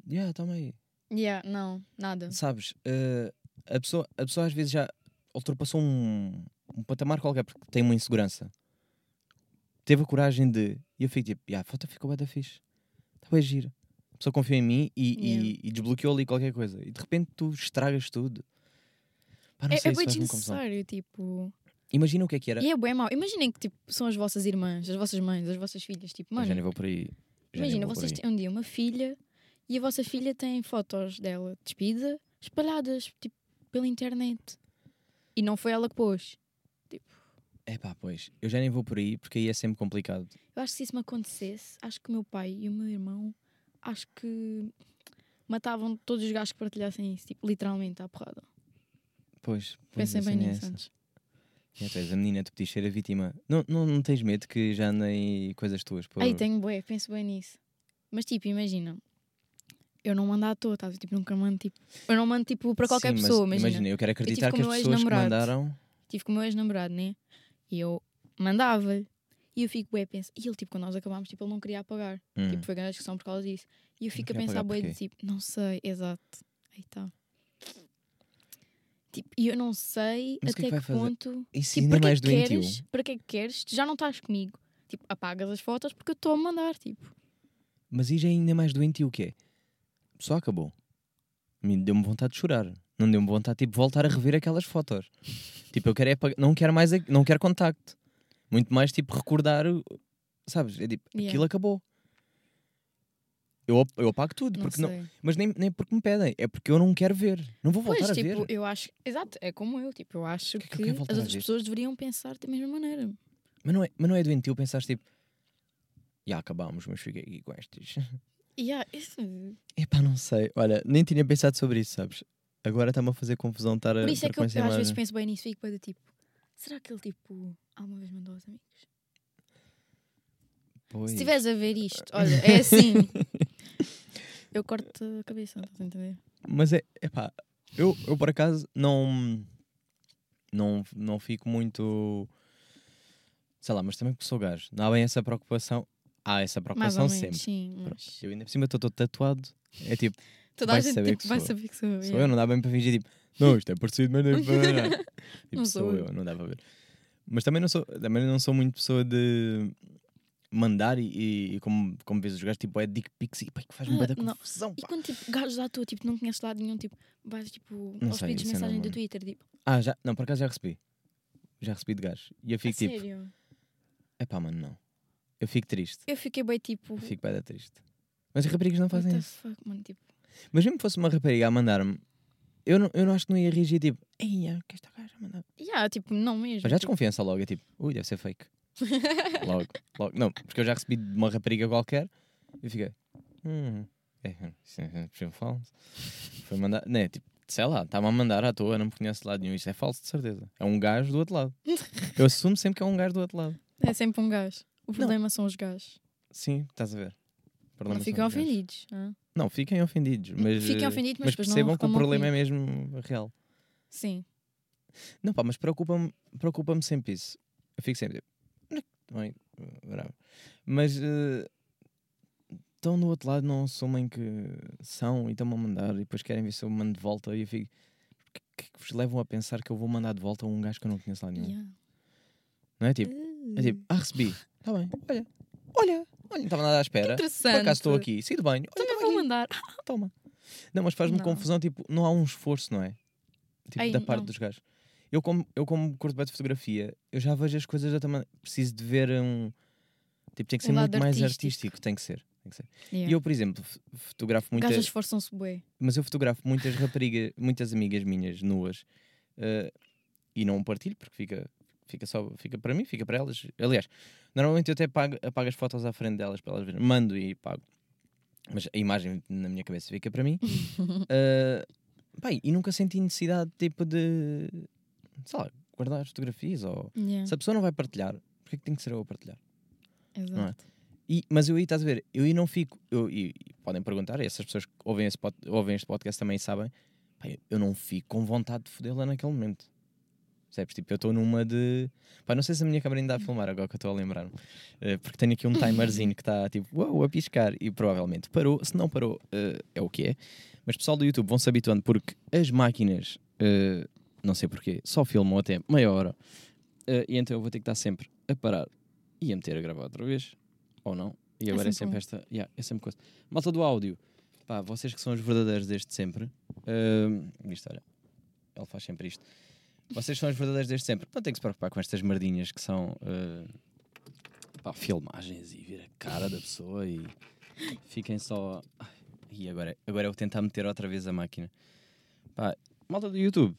Speaker 1: Yeah, toma aí
Speaker 2: Yeah, não, nada.
Speaker 1: sabes, eh, a, pessoa, a pessoa às vezes já ultrapassou um, um patamar qualquer porque tem uma insegurança. Teve a coragem de. E eu fico tipo, "Ya, a foto ficou bem da fixe. Está bem gira. A pessoa confiou em mim e, e-
Speaker 2: Yeah.
Speaker 1: e desbloqueou ali qualquer coisa. E de repente tu estragas tudo. Pá, não
Speaker 2: É,
Speaker 1: sei,
Speaker 2: é
Speaker 1: isso
Speaker 2: bem
Speaker 1: faz-me confusão.
Speaker 2: desnecessário, tipo.
Speaker 1: Imagina o que é que era.
Speaker 2: E é bem mau. Imaginem que tipo, são as vossas irmãs, as vossas mães, as vossas filhas. Tipo,
Speaker 1: Eu
Speaker 2: mano,
Speaker 1: já nem vou por aí. Já nem
Speaker 2: imagina,
Speaker 1: vou por
Speaker 2: vocês
Speaker 1: aí.
Speaker 2: têm um dia uma filha e a vossa filha tem fotos dela despida, espalhadas, tipo, pela internet. E não foi ela que pôs.
Speaker 1: É pá, pois. Eu já nem vou por aí porque aí é sempre complicado.
Speaker 2: Eu acho que se isso me acontecesse, acho que o meu pai e o meu irmão, acho que matavam todos os gajos que partilhassem isso, tipo, literalmente à porrada.
Speaker 1: Pois. pois,
Speaker 2: Pensem
Speaker 1: a
Speaker 2: bem
Speaker 1: cena é
Speaker 2: nisso
Speaker 1: essa.
Speaker 2: antes.
Speaker 1: É, tu és a menina, tu podias ser a vítima. Não, não, não tens medo que já andem coisas tuas? Por...
Speaker 2: Aí tenho bué, penso bem nisso. Mas tipo, imagina, eu não mando à toa, tá? tipo, nunca mando tipo. Eu não mando tipo para qualquer
Speaker 1: Sim, mas
Speaker 2: pessoa, imagina.
Speaker 1: eu quero acreditar
Speaker 2: com
Speaker 1: que
Speaker 2: o
Speaker 1: as
Speaker 2: meu
Speaker 1: pessoas que
Speaker 2: ex-namorado.
Speaker 1: mandaram.
Speaker 2: Tive com o meu ex-namorado, né? E eu mandava-lhe. E eu fico bué, penso. E ele, tipo, quando nós acabámos, tipo, ele não queria apagar.
Speaker 1: Hum.
Speaker 2: Tipo, foi grande discussão por causa disso. E eu fico a
Speaker 1: queria
Speaker 2: pensar
Speaker 1: apagar
Speaker 2: bué de
Speaker 1: porquê?
Speaker 2: tipo, não sei, exato. Aí tá. Tipo, e eu não sei
Speaker 1: Mas o
Speaker 2: até
Speaker 1: que é que vai fazer?
Speaker 2: ponto.
Speaker 1: Isso
Speaker 2: Tipo,
Speaker 1: ainda é
Speaker 2: para que, é
Speaker 1: mais
Speaker 2: que
Speaker 1: doentio.
Speaker 2: queres? Para que é que queres? Tu já não estás comigo. Tipo, apagas as fotos porque eu estou a mandar, tipo.
Speaker 1: Mas isso é ainda mais doentio que é. Só acabou. A mim Deu-me vontade de chorar. Não deu-me vontade tipo, de voltar a rever aquelas fotos. tipo, eu quero é apag- não quero mais, a- não quero contacto. Muito mais tipo recordar, o- sabes? É tipo,
Speaker 2: Yeah.
Speaker 1: aquilo acabou. Eu, ap- eu apago tudo,
Speaker 2: Não
Speaker 1: porque
Speaker 2: sei.
Speaker 1: não, mas nem, nem porque me pedem, é porque eu não quero ver. Não vou voltar
Speaker 2: Pois,
Speaker 1: a
Speaker 2: tipo,
Speaker 1: ver.
Speaker 2: eu acho. Exato, é como eu. Tipo, eu acho
Speaker 1: que
Speaker 2: que,
Speaker 1: eu quero voltar
Speaker 2: as
Speaker 1: a
Speaker 2: outras
Speaker 1: ver?
Speaker 2: pessoas deveriam pensar da mesma maneira.
Speaker 1: Mas não é, mas não é doentio pensar tipo, já acabámos, mas fiquei aqui com estes. (laughs)
Speaker 2: E há isso.
Speaker 1: Epá, não sei. Olha, nem tinha pensado sobre isso, sabes? Agora está-me a fazer confusão estar a
Speaker 2: Por isso
Speaker 1: estar
Speaker 2: é que
Speaker 1: com
Speaker 2: eu,
Speaker 1: essa
Speaker 2: às vezes
Speaker 1: imagem.
Speaker 2: penso bem nisso fico bem do tipo, será que ele tipo alguma vez mandou aos amigos?
Speaker 1: Pois.
Speaker 2: Se estiveres a ver isto, olha,
Speaker 1: (laughs)
Speaker 2: é assim. eu corto a cabeça, estás a entender?
Speaker 1: Mas é, epá, eu, eu por acaso não, não, não fico muito. Sei lá, mas também porque sou gajo. Não há bem essa preocupação. Há essa
Speaker 2: Mais
Speaker 1: preocupação
Speaker 2: ou menos,
Speaker 1: sempre.
Speaker 2: sim.
Speaker 1: Pronto.
Speaker 2: Mas...
Speaker 1: Eu ainda por cima estou todo tatuado. É tipo,
Speaker 2: Toda
Speaker 1: Vai
Speaker 2: a gente
Speaker 1: saber
Speaker 2: tipo,
Speaker 1: que
Speaker 2: vai
Speaker 1: sou eu.
Speaker 2: saber que sou eu.
Speaker 1: sou eu, não dá bem para fingir tipo, não, isto é parecido, mas
Speaker 2: (laughs)
Speaker 1: não é para. Tipo,
Speaker 2: Não sou
Speaker 1: sou
Speaker 2: eu.
Speaker 1: eu, não dá para ver. Mas também não sou, também não sou muito pessoa de mandar e, e- e como, como vês os gajos, tipo, é dick pics e pá, que faz-me
Speaker 2: Ah,
Speaker 1: bué da
Speaker 2: não.
Speaker 1: confusão,
Speaker 2: E
Speaker 1: pá.
Speaker 2: quando tipo, gajos à tua, tipo, não conheces lado nenhum, tipo, vais tipo
Speaker 1: Não
Speaker 2: aos
Speaker 1: sei,
Speaker 2: pedidos de
Speaker 1: isso eu não
Speaker 2: mensagem do
Speaker 1: lembro.
Speaker 2: Twitter, tipo,
Speaker 1: Ah, já, não, por acaso já recebi. Já recebi de gajo. E eu
Speaker 2: a
Speaker 1: fico tipo,
Speaker 2: sério.
Speaker 1: é pá, mano, não. Eu fico triste.
Speaker 2: Eu fiquei bem tipo,
Speaker 1: Eu fico bem da triste. Mas as raparigas não
Speaker 2: what
Speaker 1: fazem
Speaker 2: the
Speaker 1: isso.
Speaker 2: fuck, mano, tipo,
Speaker 1: Mas mesmo que fosse uma rapariga a mandar-me, eu não, eu não acho que não ia reagir tipo, ei, ah, que esta gaja mandar.
Speaker 2: yeah, tipo, não mesmo.
Speaker 1: Mas já
Speaker 2: tipo,
Speaker 1: desconfiança logo, é tipo, ui, deve ser
Speaker 2: (laughs)
Speaker 1: fake. Logo, logo. Não, porque eu já recebi de uma rapariga qualquer e fiquei, hum, é, isso é- isso é falso. Foi mandar, não é, tipo, sei lá, estava a mandar à toa, não me conhece de lado nenhum, isto é falso, de certeza. É um gajo do outro lado. Eu assumo sempre que é um gajo do outro lado.
Speaker 2: É sempre um gajo. O problema são os gajos.
Speaker 1: Sim, estás a ver. O problema
Speaker 2: Não
Speaker 1: são
Speaker 2: ficam
Speaker 1: os gajos.
Speaker 2: ofendidos. hã?
Speaker 1: Não, fiquem ofendidos, mas,
Speaker 2: Fiquem
Speaker 1: eh,
Speaker 2: ofendidos, mas
Speaker 1: mas
Speaker 2: depois não
Speaker 1: percebam que o
Speaker 2: reclamam
Speaker 1: problema é mesmo real.
Speaker 2: Sim.
Speaker 1: Não, pá, mas preocupa-me preocupa sempre isso. Eu fico sempre. tipo, "Ai, bravo." Mas eh, estão do outro lado, não assumem que são e estão-me a mandar e depois querem ver se eu mando de volta e eu fico. "O que é que vos levam a pensar que eu vou mandar de volta a um gajo que eu não conheço lá nenhum?
Speaker 2: Yeah.
Speaker 1: Não é tipo,
Speaker 2: Uh,
Speaker 1: é tipo, ah, recebi,
Speaker 2: (laughs)
Speaker 1: está bem, olha, olha, olha, não estava nada à espera. Por
Speaker 2: Interessante.
Speaker 1: acaso estou aqui, saí do banho, olha,
Speaker 2: Também
Speaker 1: estava
Speaker 2: vou
Speaker 1: aqui,
Speaker 2: mandar.
Speaker 1: toma. Não, mas faz-me
Speaker 2: Não.
Speaker 1: confusão, tipo, não há um esforço, não é? Tipo,
Speaker 2: Ai,
Speaker 1: da parte
Speaker 2: não.
Speaker 1: dos gajos. Eu como, eu como curto bem de fotografia, eu já vejo as coisas da tamanho. Preciso de ver um... Tipo, tem que
Speaker 2: Um
Speaker 1: ser muito
Speaker 2: lado
Speaker 1: mais
Speaker 2: artístico.
Speaker 1: artístico, tem que ser. Tem que ser.
Speaker 2: Ah, Yeah.
Speaker 1: E eu, por exemplo, f- fotografo
Speaker 2: Gajas
Speaker 1: muitas...
Speaker 2: esforçam-se bué.
Speaker 1: Mas eu fotografo muitas raparigas, muitas amigas minhas nuas. eh, e não partilho, porque fica, fica só... Fica para mim, fica para elas. Aliás, normalmente eu até pago, apago as fotos à frente delas para elas verem. Mando e pago. Mas a imagem na minha cabeça fica para mim. Ah, pá, e nunca senti necessidade tipo de sei lá, guardar as fotografias ou
Speaker 2: Yeah.
Speaker 1: se a pessoa não vai partilhar, porque é que tem que ser eu a partilhar? não é?
Speaker 2: Exato.
Speaker 1: E, mas eu aí estás a ver, eu aí não fico, eu, e, e podem perguntar, e essas pessoas que ouvem, esse pod- ouvem este podcast também sabem, pá, eu- eu não fico com vontade de fodê-la naquele momento. Percebes? Tipo, eu estou numa de. Pá, não sei se a minha câmera ainda dá a filmar agora que eu estou a lembrar-me. Eh, porque tenho aqui um timerzinho que está tipo, uau, a piscar. E provavelmente parou. Se não parou, eh, é o que é. Mas pessoal do YouTube vão se habituando porque as máquinas, eh, não sei porquê, só filmam até meia hora. Eh, e então eu vou ter que estar sempre a parar e a meter a gravar outra vez. Ou não. E
Speaker 2: É
Speaker 1: agora é sempre
Speaker 2: sempre
Speaker 1: esta. yeah, é sempre coisa. Malta do áudio. Pá, vocês que são os verdadeiros desde sempre. Uh, isto, olha. Ele faz sempre isto. Vocês são os verdadeiros desde sempre. Não tem que se preocupar com estas merdinhas que são eh, pá, filmagens e ver a cara da pessoa e fiquem só. Ai, E agora, agora eu vou tentar meter outra vez a máquina. Pá, malta do YouTube.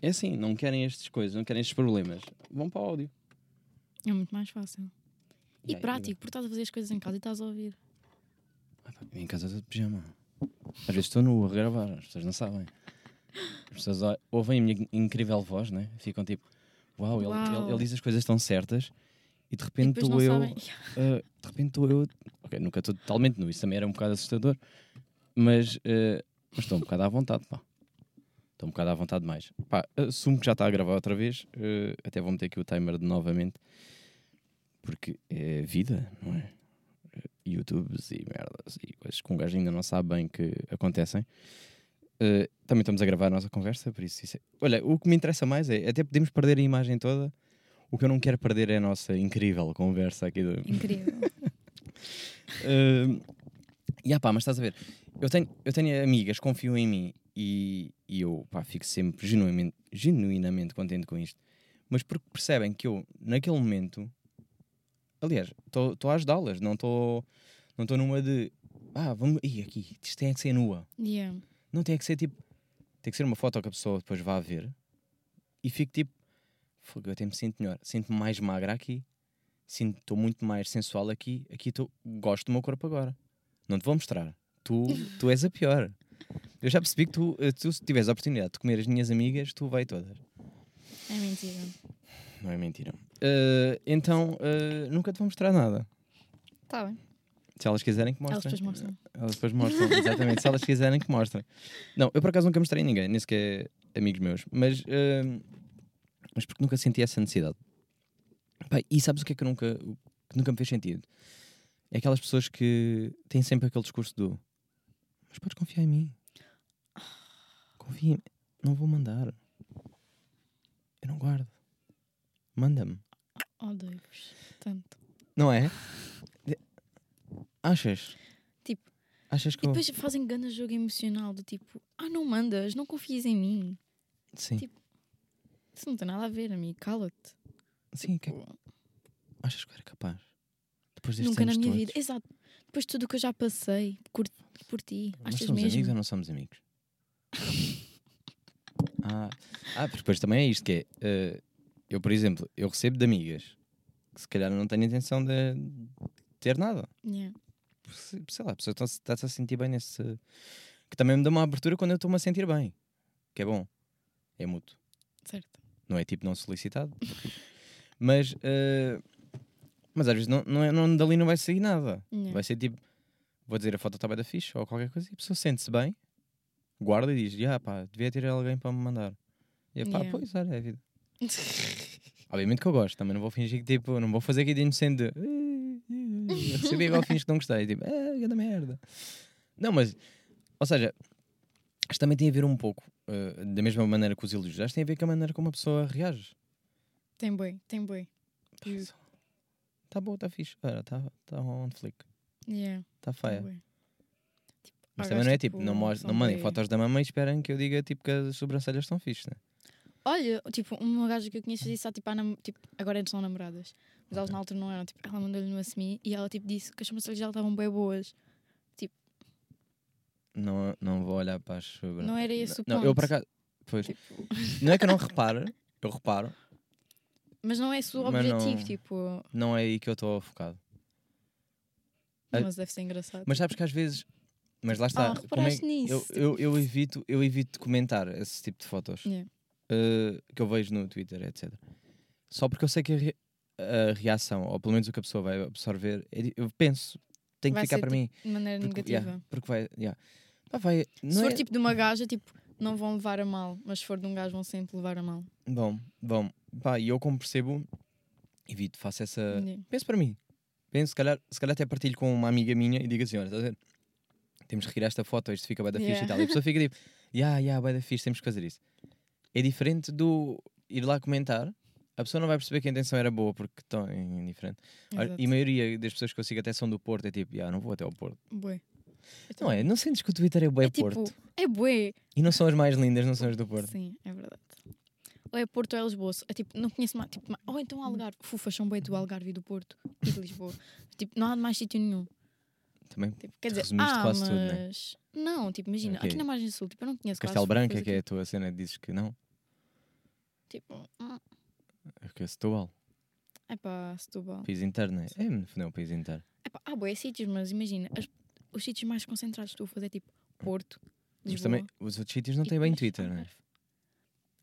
Speaker 1: É assim, não querem estas coisas, não querem estes problemas. Vão para o áudio.
Speaker 2: É muito mais fácil. E
Speaker 1: Yeah,
Speaker 2: prático, porque estás a fazer as coisas em casa e estás a ouvir.
Speaker 1: Ah, pá, eu em casa estou de pijama. Às vezes estou nu a gravar, as pessoas não sabem. As pessoas ó- ouvem a minha in- incrível voz, né? Ficam tipo, uau, ele-
Speaker 2: Uau.
Speaker 1: Ele, ele diz as coisas tão certas e de
Speaker 2: E
Speaker 1: repente
Speaker 2: depois não
Speaker 1: estou eu.
Speaker 2: sabem.
Speaker 1: ah, de repente estou eu. Ok, nunca estou totalmente nu, isso também era um bocado assustador, mas ah, mas estou um bocado à vontade, pá. Estou um bocado à vontade mais. Pá, assumo que já está a gravar outra vez, ah, até vou meter aqui o timer de novamente, porque é vida, não é? YouTubes e merdas e coisas que um gajo ainda não sabe bem que acontecem. Uh, também estamos a gravar a nossa conversa, por isso, isso é... Olha, o que me interessa mais é, até podemos perder a imagem toda, o que eu não quero perder é a nossa incrível conversa aqui. Do...
Speaker 2: Incrível.
Speaker 1: Uh, e ah pá, mas estás a ver, eu tenho, eu tenho amigas, confiam em mim e, e eu pá, fico sempre genuinamente, genuinamente contente com isto. Mas porque percebem que eu, naquele momento, aliás, estou a ajudá-las, não estou não tô numa de ah, vamos, e aqui, isto tem que ser nua.
Speaker 2: Yeah.
Speaker 1: Não tem que ser tipo. Tem que ser uma foto que a pessoa depois vá ver e fico tipo. Fogo, eu até me sinto melhor. Sinto-me mais magra aqui. Estou muito mais sensual aqui. Aqui tô, gosto do meu corpo agora. Não te vou mostrar. Tu, tu és a pior. Eu já percebi que tu, eh, tu, se tiveres a oportunidade de comer as minhas amigas, tu vai todas.
Speaker 2: É mentira.
Speaker 1: Não é mentira. Eh, então, eh, nunca te vou mostrar nada.
Speaker 2: Está Tá bem.
Speaker 1: Se elas quiserem que
Speaker 2: Elas
Speaker 1: mostrem.
Speaker 2: depois mostram.
Speaker 1: Elas depois mostram,
Speaker 2: (laughs)
Speaker 1: exatamente. Se elas quiserem que mostrem. Não, eu por acaso nunca mostrei a ninguém, nem sequer amigos meus. Mas, hum, mas porque nunca senti essa necessidade. Pá, e sabes o que é que, eu nunca, o que nunca me fez sentido? É aquelas pessoas que têm sempre aquele discurso do mas podes confiar em mim. Confia em mim. Não vou mandar. Eu não guardo. Manda-me.
Speaker 2: Oh, Deus. Tanto.
Speaker 1: Não
Speaker 2: (laughs)
Speaker 1: é? De- Achas?
Speaker 2: Tipo,
Speaker 1: Achas que
Speaker 2: E
Speaker 1: eu...
Speaker 2: depois fazem grande jogo emocional do tipo, ah, não mandas, não confias em mim.
Speaker 1: Sim.
Speaker 2: tipo- Isso não tem nada a ver, amigo. Cala-te.
Speaker 1: Sim, que é Achas que eu era capaz? Depois destes
Speaker 2: Nunca na
Speaker 1: anos
Speaker 2: minha
Speaker 1: todos?
Speaker 2: vida. Exato. Depois de tudo o que eu já passei por, por ti,
Speaker 1: Mas
Speaker 2: achas
Speaker 1: somos amigos ou
Speaker 2: mesmo?
Speaker 1: não somos amigos? (laughs) ah, ah, porque depois também é isto que é. eh, eu, por exemplo, eu recebo de amigas que se calhar não tenho intenção de ter nada.
Speaker 2: Yeah.
Speaker 1: Porque, se- Sei lá, a pessoa está-se está-se a sentir bem nesse. Que também me dá uma abertura quando eu estou-me a sentir bem. Que é bom. É mútuo.
Speaker 2: Certo.
Speaker 1: Não é tipo não
Speaker 2: (laughs)
Speaker 1: solicitado. mas, eh, mas às vezes não, não, é- não, dali não vai sair nada.
Speaker 2: Yeah.
Speaker 1: Vai ser tipo, vou dizer a foto está bem da ficha ou qualquer coisa, e a pessoa sente-se bem, guarda e diz, ah pá, devia ter alguém para me mandar. E eu, pá,
Speaker 2: Yeah.
Speaker 1: pois, olha, é a vida. Obviamente que eu gosto, também não vou fingir que tipo, não vou fazer aqui de inocente de "Eh, eh, eh", recebi igual finge que não gostei, tipo, ah, grande merda. Não, mas, ou seja, isto também tem a ver um pouco, eh, da mesma maneira que os elogios, acho que tem a ver com a maneira como a pessoa reage.
Speaker 2: (laughs) Tem boi, tem boi. E-
Speaker 1: Está boa, está Tá fixe, está tá on flick,
Speaker 2: Yeah,
Speaker 1: está
Speaker 2: tem
Speaker 1: feia.
Speaker 2: bué.
Speaker 1: Mas
Speaker 2: Há
Speaker 1: também
Speaker 2: gajos,
Speaker 1: não é tipo,
Speaker 2: tipo,
Speaker 1: não, mos-
Speaker 2: são
Speaker 1: não mandem
Speaker 2: bué-
Speaker 1: fotos da mamãe e esperem que eu diga tipo que as sobrancelhas estão fixe, né?
Speaker 2: Olha, tipo, uma gaja que eu conheço fazia isso há, tipo, à nam- tipo, agora eles são namoradas. Mas elas na altura não eram, tipo, ela mandou-lhe no assumir e ela tipo disse que as sobrancelhas dela estavam bem boas.
Speaker 1: não? Não vou olhar para as sobrancelhas.
Speaker 2: Não era esse o
Speaker 1: Não, eu
Speaker 2: ponto.
Speaker 1: para cá. Pois.
Speaker 2: Tipo,
Speaker 1: Não é que eu não reparo, eu reparo,
Speaker 2: mas não é esse o
Speaker 1: Mas não-
Speaker 2: objetivo, tipo.
Speaker 1: não é aí que eu estou focado. Ah,
Speaker 2: Mas deve ser engraçado.
Speaker 1: Mas sabes que às vezes. Mas lá está.
Speaker 2: Ah,
Speaker 1: como é
Speaker 2: reparaste
Speaker 1: que-
Speaker 2: nisso,
Speaker 1: Eu, eu, eu, evito, eu evito comentar esse tipo de fotos
Speaker 2: Yeah.
Speaker 1: eh, que eu vejo no Twitter, etc. Só porque eu sei que a, re- a reação, ou pelo menos o que a pessoa vai absorver, é di- eu penso, tem que
Speaker 2: Vai
Speaker 1: ficar
Speaker 2: ser
Speaker 1: para
Speaker 2: tipo
Speaker 1: mim.
Speaker 2: De maneira
Speaker 1: Porque,
Speaker 2: negativa.
Speaker 1: yeah, porque vai. yeah. Pá, vai
Speaker 2: Se
Speaker 1: não
Speaker 2: for
Speaker 1: é-
Speaker 2: tipo de uma gaja, tipo, não vão levar a mal. Mas se for de um gajo, vão sempre levar a mal.
Speaker 1: Bom, bom. Pá, e eu como percebo, evito, faço essa...
Speaker 2: Yeah.
Speaker 1: Penso para mim. Penso, se calhar, se calhar até partilho com uma amiga minha e digo assim, olha, estás a ver? Temos que retirar esta foto, isto fica bem da ficha e
Speaker 2: Yeah.
Speaker 1: tal. E a pessoa fica tipo, ya, ya, bem da ficha, temos que fazer isso. É diferente do ir lá comentar. A pessoa não vai perceber que a intenção era boa porque estão indiferente. Olha,
Speaker 2: Exato.
Speaker 1: E a maioria das pessoas que eu sigo até são do Porto, é tipo, ya, não vou até ao Porto.
Speaker 2: Bué.
Speaker 1: Não é? Não sentes que o Twitter é bué
Speaker 2: É tipo,
Speaker 1: Porto?
Speaker 2: é bué.
Speaker 1: E não são as mais lindas, não são as do Porto.
Speaker 2: Sim, é verdade. Ou é Porto ou é Lisboa. É tipo, não conheço mais. Tipo, ma- ou
Speaker 1: Hum.
Speaker 2: então Algarve. Fufas são bem do Algarve e do Porto e de Lisboa. (laughs) tipo, não há mais sítio nenhum.
Speaker 1: Também
Speaker 2: Tipo, quer dizer,
Speaker 1: Resumiste
Speaker 2: ah,
Speaker 1: quase tudo, né?
Speaker 2: mas... Não, tipo, imagina,
Speaker 1: Ok.
Speaker 2: aqui na margem sul, tipo, eu não conheço quase
Speaker 1: Castelo Branco é
Speaker 2: fufas
Speaker 1: que é a tua cena, dizes que não.
Speaker 2: aqui. Tipo, ah,
Speaker 1: É que é Setúbal.
Speaker 2: é pá, Setúbal.
Speaker 1: País inteiro, não é? É, no fundo é um país inteiro.
Speaker 2: É pá, há bué sítios, mas imagina, as- os sítios mais concentrados que tu a fazer, tipo, é, Porto, Lisboa.
Speaker 1: Mas também os outros sítios não
Speaker 2: e
Speaker 1: têm bem
Speaker 2: depois
Speaker 1: Twitter, não é?
Speaker 2: Algarve.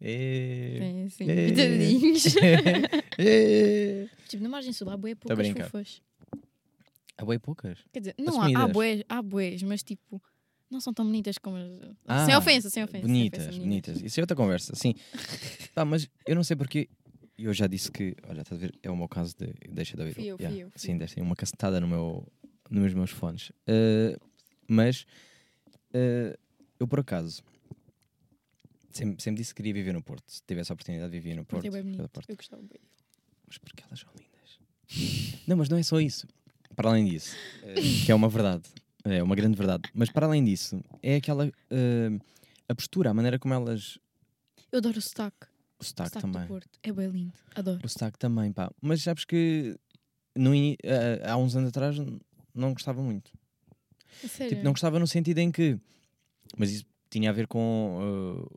Speaker 1: É...
Speaker 2: Tem assim, (laughs)
Speaker 1: É.
Speaker 2: pitadinhos.
Speaker 1: (laughs) É...
Speaker 2: tipo, na margem sul há bué
Speaker 1: a
Speaker 2: poucas
Speaker 1: brincar.
Speaker 2: fofas.
Speaker 1: Há bem poucas.
Speaker 2: Quer dizer, não há, há
Speaker 1: Assumidas.
Speaker 2: bué, há bués, mas tipo, não são tão bonitas como as.
Speaker 1: Ah,
Speaker 2: sem ofensa, sem ofensa. sem
Speaker 1: bonitas,
Speaker 2: ofensa, meninas.
Speaker 1: bonitas. Isso é outra conversa. Sim. Pá, mas eu não sei porque. Eu já disse que, olha, estás a ver? É o meu caso de. Deixa de haver.
Speaker 2: Fui eu, fui eu, fui
Speaker 1: Sim, deixa uma cacetada no meu, nos meus fones. Ah, mas. ah, eu, por acaso. Sempre, sempre disse que queria viver no Porto. Se tivesse a oportunidade, vivia no Porto.
Speaker 2: Porto é bem
Speaker 1: pela
Speaker 2: bonito.
Speaker 1: Porto.
Speaker 2: Eu gostava bem.
Speaker 1: Mas porque elas são lindas. não, mas não é só isso. Para além disso, eh, que é uma verdade, é uma grande verdade. Mas para além disso, é aquela eh, a postura, a maneira como elas.
Speaker 2: Eu adoro o sotaque.
Speaker 1: O sotaque
Speaker 2: sotaque do
Speaker 1: também.
Speaker 2: Porto. É bem lindo. Adoro.
Speaker 1: O sotaque também, pá. Mas sabes que no ini- eh, há uns anos atrás n- não gostava muito.
Speaker 2: A Sério.
Speaker 1: Tipo, não gostava no sentido em que. Mas isso tinha a ver com. eh,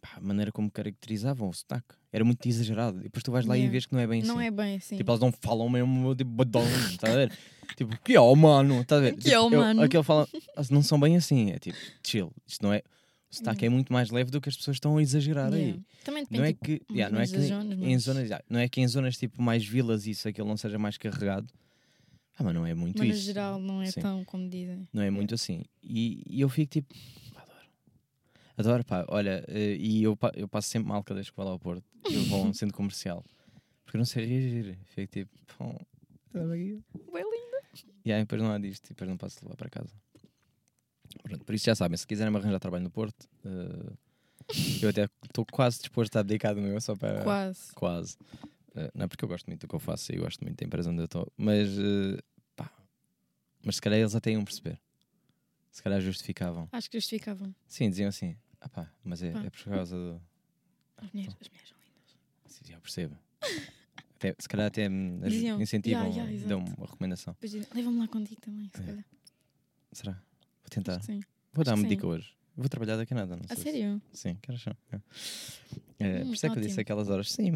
Speaker 1: pá, a maneira como caracterizavam o sotaque. Era muito exagerado. E depois tu vais lá e
Speaker 2: Yeah.
Speaker 1: vês que não é bem assim.
Speaker 2: Não é bem assim.
Speaker 1: Tipo, elas não falam mesmo, tipo, badão, tá a ver? (laughs) Tipo, que é, oh, mano, tá a ver?
Speaker 2: Que
Speaker 1: Tipo,
Speaker 2: é, oh,
Speaker 1: eu-
Speaker 2: mano?
Speaker 1: Aquele fala, elas não são bem assim, é tipo, chill, isto não é... O sotaque é muito mais leve do que as pessoas estão a exagerar
Speaker 2: Hum. Yeah.
Speaker 1: aí.
Speaker 2: Também
Speaker 1: tá
Speaker 2: depende.
Speaker 1: Não é
Speaker 2: tipo,
Speaker 1: que,
Speaker 2: mais
Speaker 1: yeah, não é
Speaker 2: ou
Speaker 1: que
Speaker 2: menos das zonas,
Speaker 1: em
Speaker 2: mas-
Speaker 1: zonas, yeah, não é que em zonas tipo mais vilas isso aquilo não seja mais carregado. Ah, mas não é muito
Speaker 2: mas no
Speaker 1: isso.
Speaker 2: geral não é
Speaker 1: Sim.
Speaker 2: tão como dizem.
Speaker 1: Não é muito assim. E, e eu fico tipo, pá, adoro. Adoro, pá, olha, eh, e eu, pa- eu passo sempre mal cada vez que vou lá ao Porto. Eu vou a
Speaker 2: (laughs)
Speaker 1: um centro comercial. Porque eu não sei reagir. Fico tipo, pô, estava aqui.
Speaker 2: Bem lindo.
Speaker 1: E aí depois não há disto, e depois não posso levar para casa. Pronto, por isso já sabem, se quiserem me arranjar trabalho no Porto, eh, eu até estou quase disposto a abdicar do meu só para.
Speaker 2: Quase.
Speaker 1: Quase. Eh, não é porque eu gosto muito do que eu faço e gosto muito da empresa onde eu estou, mas. eh, pá. Mas se calhar eles até iam perceber. Se calhar justificavam.
Speaker 2: Acho que justificavam.
Speaker 1: Sim, diziam assim: ah pá, mas é,
Speaker 2: Pá.
Speaker 1: é por causa do. (laughs)
Speaker 2: As mulheres, as mulheres são lindas.
Speaker 1: Sim, já percebo. Até- se calhar até me aj-
Speaker 2: Diziam,
Speaker 1: incentivam,
Speaker 2: "Ya, ya,
Speaker 1: dão uma recomendação.
Speaker 2: Depois dizem, leva-me lá contigo também, se
Speaker 1: É,
Speaker 2: calhar.
Speaker 1: Será? Vou tentar.
Speaker 2: Acho que Sim.
Speaker 1: Vou
Speaker 2: Acho
Speaker 1: dar uma
Speaker 2: que sim.
Speaker 1: dica hoje. Vou trabalhar daqui a nada, não
Speaker 2: A
Speaker 1: sei. se-
Speaker 2: sério?
Speaker 1: Sim, que horas são? É. É,
Speaker 2: Hum,
Speaker 1: por isso é que eu disse
Speaker 2: ótimo.
Speaker 1: aquelas horas.
Speaker 2: (laughs)
Speaker 1: Sim.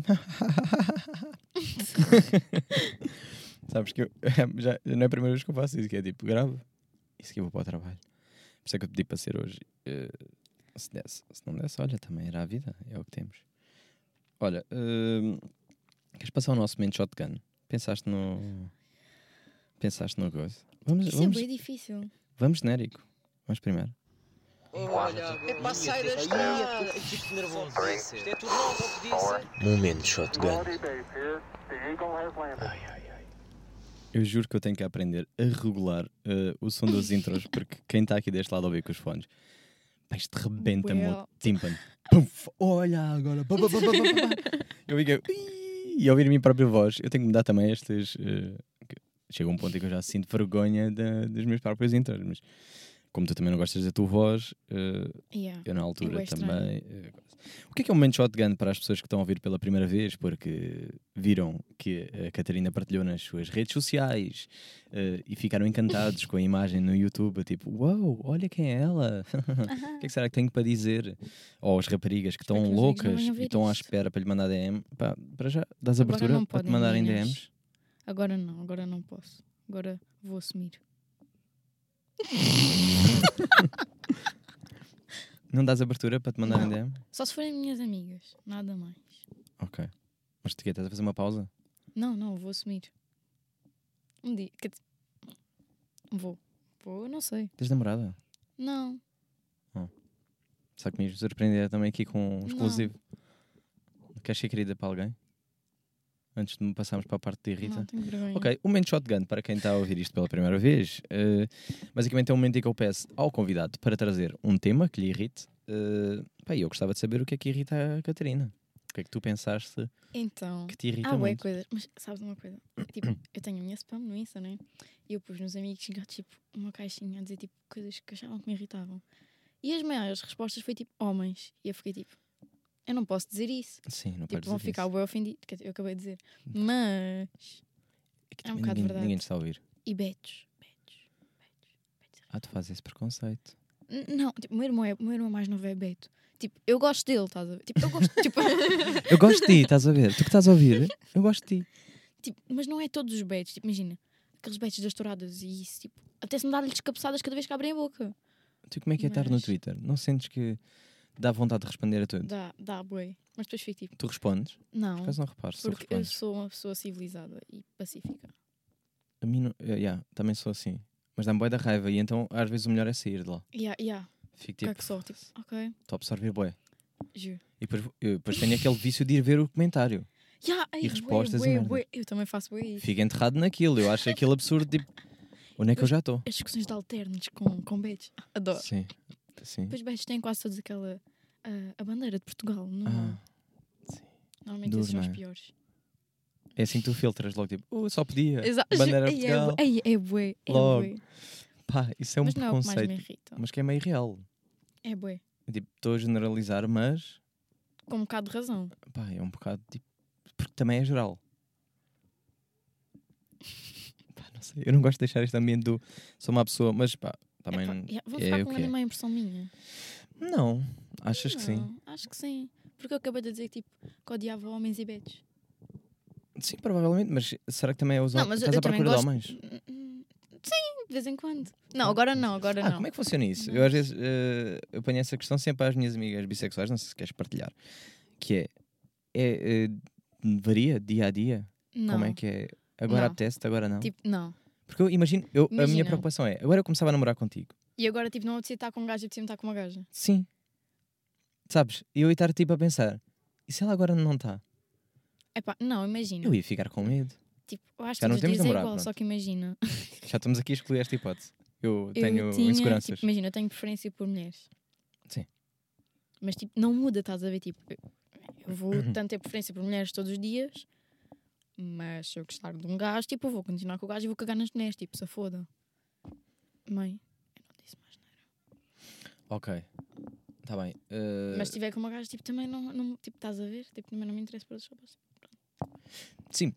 Speaker 1: Sabes que eu, (laughs) já, já não é a primeira vez que eu faço isso, que é tipo, gravo. Isso que eu vou para o trabalho. Por isso é que eu pedi para ser hoje. Eh, se desse, se não desse, olha, também era a vida, é o que temos. Olha, hum, queres passar o nosso momento shotgun? Pensaste no. Pensaste no coisa? Vamos,
Speaker 2: Isso é
Speaker 1: vamos,
Speaker 2: bem difícil.
Speaker 1: vamos genérico. Vamos primeiro.
Speaker 5: Olha, é para sair da estrada.
Speaker 6: Eu fico nervoso.
Speaker 5: Isto é tudo novo, eu podia ser.
Speaker 6: Momento shotgun.
Speaker 1: Eu juro que eu tenho que aprender a regular eh, o som dos intros, porque quem está aqui deste lado a ouvir com os fones, pá, isto rebenta-me o
Speaker 2: Well.
Speaker 1: tímpano. Pumf, olha agora. pá, pá, pá, pá, pá, pá. Eu fico. "Ih", E ouvir a minha própria voz, eu tenho que mudar também estes. eh, que- chega um ponto em que eu já sinto vergonha da- dos meus próprios intros, mas como tu também não gostas da tua voz, eh,
Speaker 2: Yeah.
Speaker 1: eu na altura
Speaker 2: É bué estranho.
Speaker 1: também. eh, O que é que é um momento shotgun para as pessoas que estão a ouvir pela primeira vez? Porque viram que a Catarina partilhou nas suas redes sociais eh, e ficaram encantados com a imagem no YouTube. Tipo, uau, olha quem é ela! (laughs) o que é que será que tenho para dizer? Ou as raparigas que
Speaker 2: Espero
Speaker 1: estão
Speaker 2: que os amigos não
Speaker 1: loucas
Speaker 2: venham
Speaker 1: e
Speaker 2: ver
Speaker 1: estão à
Speaker 2: isto.
Speaker 1: espera para lhe mandar DM. Pá, para já, dás
Speaker 2: Agora
Speaker 1: abertura
Speaker 2: não
Speaker 1: para te
Speaker 2: podem,
Speaker 1: mandarem
Speaker 2: meninas.
Speaker 1: DMs?
Speaker 2: Agora não, agora não posso. Agora vou assumir.
Speaker 1: Não dás abertura para te mandarem
Speaker 2: Não.
Speaker 1: DM?
Speaker 2: Só se forem minhas amigas, nada mais.
Speaker 1: Ok. Mas tu quê? Estás a fazer uma pausa?
Speaker 2: Não, não, vou assumir. Um dia. quer dizer, Vou. Vou, não sei.
Speaker 1: Tens namorada?
Speaker 2: Não.
Speaker 1: Só que me surpreender também aqui com um
Speaker 2: Não.
Speaker 1: exclusivo. Queres ser querida para alguém? Antes de me passarmos para a parte de Rita.
Speaker 2: Não, tenho vergonha.
Speaker 1: Ok, o momento shotgun, para quem está a ouvir isto pela primeira vez, eh, basicamente é um momento em que eu peço ao convidado para trazer um tema que lhe irrite. Eh, pá, e eu gostava de saber o que é que irrita a Catarina. O que é que tu pensaste
Speaker 2: Então.
Speaker 1: que te irrita
Speaker 2: Há ah,
Speaker 1: muito?
Speaker 2: coisas. Mas sabes uma coisa?
Speaker 1: (clears throat)
Speaker 2: Tipo, eu tenho a minha spam no Insta, né? E eu pus nos amigos chegar, tipo, uma caixinha a dizer, tipo, coisas que achavam que me irritavam. E as maiores respostas foi, tipo, homens. E eu fiquei, tipo, eu não posso dizer isso.
Speaker 1: Sim, não
Speaker 2: tipo,
Speaker 1: podes
Speaker 2: vão
Speaker 1: dizer
Speaker 2: ficar
Speaker 1: isso.
Speaker 2: bem ofendidos. Quer dizer, Eu acabei de dizer. Mas.
Speaker 1: É que
Speaker 2: É
Speaker 1: também
Speaker 2: um bocado
Speaker 1: ninguém,
Speaker 2: verdade.
Speaker 1: ninguém te está a ouvir.
Speaker 2: E betos. Betos.
Speaker 1: Ah, tu fazes esse preconceito.
Speaker 2: N- Não, tipo, meu irmão, é, meu irmão mais novo é Beto. Tipo, eu gosto dele, estás a ver? Tipo, eu gosto. (laughs) tipo,
Speaker 1: Eu gosto de ti, estás a ver? Tu que estás a ouvir, eu gosto de ti.
Speaker 2: Tipo, mas não é todos os betos, tipo, imagina, aqueles betos das touradas e isso, tipo, até se me dá-lhes cabeçadas cada vez que abrem a boca.
Speaker 1: Tu como é que é estar no
Speaker 2: Mas-
Speaker 1: Twitter? Não sentes que dá vontade de responder a tudo.
Speaker 2: Dá, dá, boi. Mas depois fico tipo,
Speaker 1: Tu respondes?
Speaker 2: não.
Speaker 1: Por acaso não repares, tu
Speaker 2: Porque eu
Speaker 1: respondes.
Speaker 2: sou uma pessoa civilizada e pacífica.
Speaker 1: A mim, não, eh, yeah, também sou assim. Mas dá-me boi da raiva e então às vezes o melhor é sair de lá.
Speaker 2: Yeah, yeah.
Speaker 1: Fico
Speaker 2: Tipo,
Speaker 1: tipo,
Speaker 2: que só, tipo, ok,
Speaker 1: estou a absorver boi.
Speaker 2: juro.
Speaker 1: E depois, eu depois tenho aquele vício de ir ver o comentário.
Speaker 2: Yeah, ai, bué,
Speaker 1: respostas e
Speaker 2: bué,
Speaker 1: merdas.
Speaker 2: bué. Eu também faço bué isso.
Speaker 1: Fico enterrado naquilo. Eu acho aquilo absurdo. Tipo, onde é que eu já estou?
Speaker 2: As discussões de alternos com, com beijos. Adoro.
Speaker 1: Sim. Sim.
Speaker 2: Depois beijos têm quase todos aquela... ah, a bandeira de Portugal. Não,
Speaker 1: Ah,
Speaker 2: normalmente
Speaker 1: duro,
Speaker 2: esses são os
Speaker 1: não é?
Speaker 2: piores.
Speaker 1: é assim que tu filtras logo. Tipo, uh, só podia.
Speaker 2: Exato.
Speaker 1: (laughs) Bandeira de
Speaker 2: Ai,
Speaker 1: Portugal.
Speaker 2: É, bué, é bué, é
Speaker 1: Logo.
Speaker 2: bué.
Speaker 1: Pá, isso é um
Speaker 2: Mas não é o que mais me
Speaker 1: preconceito.
Speaker 2: irrita.
Speaker 1: Mas que é meio real.
Speaker 2: É bué.
Speaker 1: Tipo, estou a generalizar, mas
Speaker 2: Com um bocado de razão.
Speaker 1: pá, é um bocado tipo. Porque também é
Speaker 2: (laughs)
Speaker 1: geral. Pá, não sei. Eu não gosto de deixar este ambiente do. Sou uma pessoa, mas pá, também.
Speaker 2: Epá, yeah, vou
Speaker 1: é
Speaker 2: ficar
Speaker 1: o
Speaker 2: com
Speaker 1: que é.
Speaker 2: uma má impressão minha.
Speaker 1: Não. Achas que sim?
Speaker 2: Não, Acho que sim. Porque eu acabei de dizer tipo, que odiava homens e betos.
Speaker 1: Sim, provavelmente, mas será que também é usar.
Speaker 2: Não, mas eu,
Speaker 1: Estás
Speaker 2: eu
Speaker 1: à
Speaker 2: também
Speaker 1: procura
Speaker 2: gosto. Hum,
Speaker 1: de homens?
Speaker 2: Sim, de vez em quando. Não, agora não, agora
Speaker 1: Ah,
Speaker 2: não.
Speaker 1: como é que funciona isso?
Speaker 2: Não.
Speaker 1: Eu às vezes eh, eu ponho essa questão sempre às minhas amigas bissexuais, não sei se queres partilhar, que é, é eh, varia dia a dia?
Speaker 2: Não.
Speaker 1: Como é que é? Agora
Speaker 2: Não.
Speaker 1: apetece-te, agora não?
Speaker 2: Tipo, não.
Speaker 1: Porque eu imagino, eu, a minha
Speaker 2: Imagina.
Speaker 1: preocupação é, agora eu começava a namorar contigo.
Speaker 2: E agora tipo, não apetecia estar com um gajo, apetecia estar com uma gaja.
Speaker 1: Sim. Sabes? E eu ia estar tipo a pensar, e se ela agora não está?
Speaker 2: Epá, não, imagina.
Speaker 1: Eu ia ficar com medo.
Speaker 2: Tipo, eu acho
Speaker 1: Já
Speaker 2: que
Speaker 1: não
Speaker 2: todos os
Speaker 1: temos
Speaker 2: dias é
Speaker 1: namorado,
Speaker 2: igual,
Speaker 1: pronto.
Speaker 2: só que imagina.
Speaker 1: Já estamos aqui a excluir esta hipótese. Eu, tenho
Speaker 2: eu tinha,
Speaker 1: inseguranças.
Speaker 2: Tipo, imagina, eu tenho preferência por mulheres.
Speaker 1: Sim.
Speaker 2: Mas tipo, não muda, estás a ver? Tipo, eu- eu vou
Speaker 1: Uhum.
Speaker 2: tanto ter preferência por mulheres todos os dias, mas se eu gostar de um gajo, tipo, eu vou continuar com o gajo e vou cagar nas mulheres, tipo, se foda. Mãe, eu não disse mais nada.
Speaker 1: Ok. Está bem. eh,
Speaker 2: Mas se tiver com uma gaja, tipo, também não, não tipo, estás a ver? Tipo, também não me interessa para os rapazes.
Speaker 1: Sim.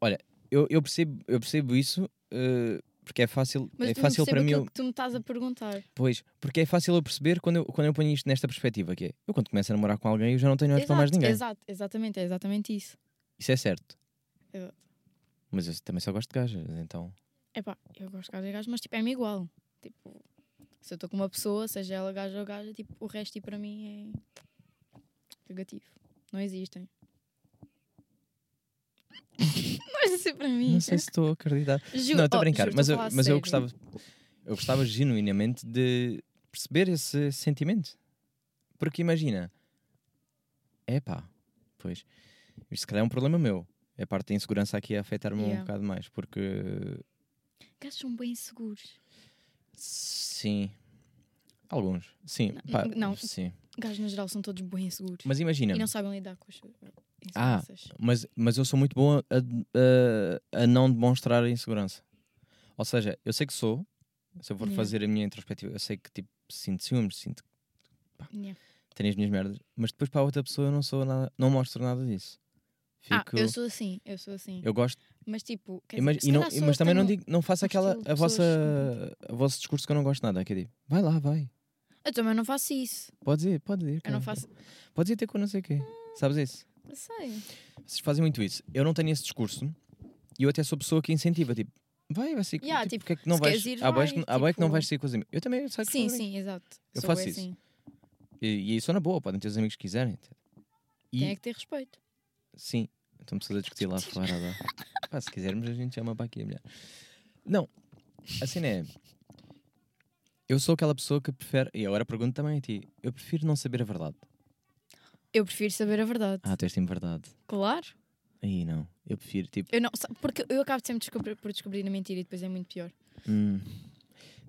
Speaker 1: Olha, eu, eu, percebo, eu percebo isso eh, porque é fácil,
Speaker 2: Mas
Speaker 1: é
Speaker 2: tu
Speaker 1: fácil
Speaker 2: não
Speaker 1: para mim. eu-
Speaker 2: que tu me estás a perguntar.
Speaker 1: Pois, porque é fácil eu perceber quando eu, quando eu ponho isto nesta perspectiva, que é eu quando começo a namorar com alguém eu já não tenho olhos para mais ninguém.
Speaker 2: exato, exatamente, é exatamente isso.
Speaker 1: Isso é certo.
Speaker 2: Exato.
Speaker 1: Mas eu também só gosto de gajas, então.
Speaker 2: Epá, eu gosto de gajo e gajo, mas tipo, é-me igual. Tipo, se eu estou com uma pessoa, seja ela gajo ou gaja, tipo, o resto tipo, para mim é negativo. Não existem. (laughs) não existe para mim.
Speaker 1: Não sei se estou a acreditar.
Speaker 2: Juro,
Speaker 1: não, estou a
Speaker 2: oh,
Speaker 1: brincar,
Speaker 2: juro,
Speaker 1: mas,
Speaker 2: estou
Speaker 1: eu,
Speaker 2: a falar
Speaker 1: mas eu
Speaker 2: sério.
Speaker 1: gostava eu gostava genuinamente de perceber esse sentimento. Porque imagina, é pá, pois, isto se calhar é um problema meu. É a parte da insegurança aqui a afetar-me um
Speaker 2: Yeah.
Speaker 1: bocado mais, porque
Speaker 2: Gajos são bem seguros.
Speaker 1: sim, alguns, sim,
Speaker 2: Não,
Speaker 1: pá,
Speaker 2: não.
Speaker 1: sim.
Speaker 2: Gajos no geral são todos bem seguros.
Speaker 1: Mas imagina,
Speaker 2: E não sabem lidar com as suas
Speaker 1: Ah.
Speaker 2: inseguranças.
Speaker 1: Mas, mas eu sou muito bom a, a- a não demonstrar a insegurança. Ou seja, eu sei que sou, se eu for
Speaker 2: Yeah.
Speaker 1: fazer a minha introspectiva, eu sei que tipo, sinto ciúmes, sinto que
Speaker 2: Yeah.
Speaker 1: tenho as minhas merdas, mas depois para a outra pessoa eu não sou nada, não mostro nada disso.
Speaker 2: Ah,
Speaker 1: Fico,
Speaker 2: eu
Speaker 1: eu,
Speaker 2: sou assim, eu sou assim.
Speaker 1: gosto,
Speaker 2: Mas tipo, quer
Speaker 1: imag-
Speaker 2: dizer, se
Speaker 1: e não-
Speaker 2: calhar sou-
Speaker 1: mas também não
Speaker 2: tenho-
Speaker 1: digo, não faço
Speaker 2: um
Speaker 1: aquela
Speaker 2: estilo de
Speaker 1: a vossa
Speaker 2: pessoas tipo.
Speaker 1: o vosso discurso que eu não gosto de nada, é que eu digo, vai lá, vai.
Speaker 2: Eu também não faço isso.
Speaker 1: Pode ir, pode ir.
Speaker 2: Eu não faço.
Speaker 1: Pode ir ter com não sei o quê. Sabes isso?
Speaker 2: Eu sei.
Speaker 1: Vocês fazem muito isso. Eu não tenho esse discurso e eu até sou pessoa que incentiva, tipo, vai, vai sair com-
Speaker 2: Yeah,
Speaker 1: tipo,
Speaker 2: tipo,
Speaker 1: porque é que não
Speaker 2: se
Speaker 1: vais.
Speaker 2: queres ir,
Speaker 1: há boias que,
Speaker 2: vai,
Speaker 1: há boias que não
Speaker 2: tipo-
Speaker 1: vais sair com os amigos. Eu também saio com os
Speaker 2: Sim,
Speaker 1: meus amigos.
Speaker 2: sim, exato.
Speaker 1: Eu
Speaker 2: Sou
Speaker 1: faço
Speaker 2: bué
Speaker 1: isso.
Speaker 2: assim.
Speaker 1: E, e isso é na boa, podem ter os amigos que quiserem. etc. E
Speaker 2: Tem é que ter respeito.
Speaker 1: sim, então precisa discutir lá fora. agora. Pá, se quisermos, a gente chama para aqui a mulher. Não, assim não é. Eu sou aquela pessoa que prefere. E agora pergunto também a ti. Eu prefiro não saber a verdade.
Speaker 2: Eu prefiro saber a verdade.
Speaker 1: Ah, tu és time verdade.
Speaker 2: Claro.
Speaker 1: Aí não. Eu prefiro, tipo.
Speaker 2: Eu não, sa- porque eu acabo sempre descobrir- por descobrir a mentira e depois é muito pior.
Speaker 1: hum,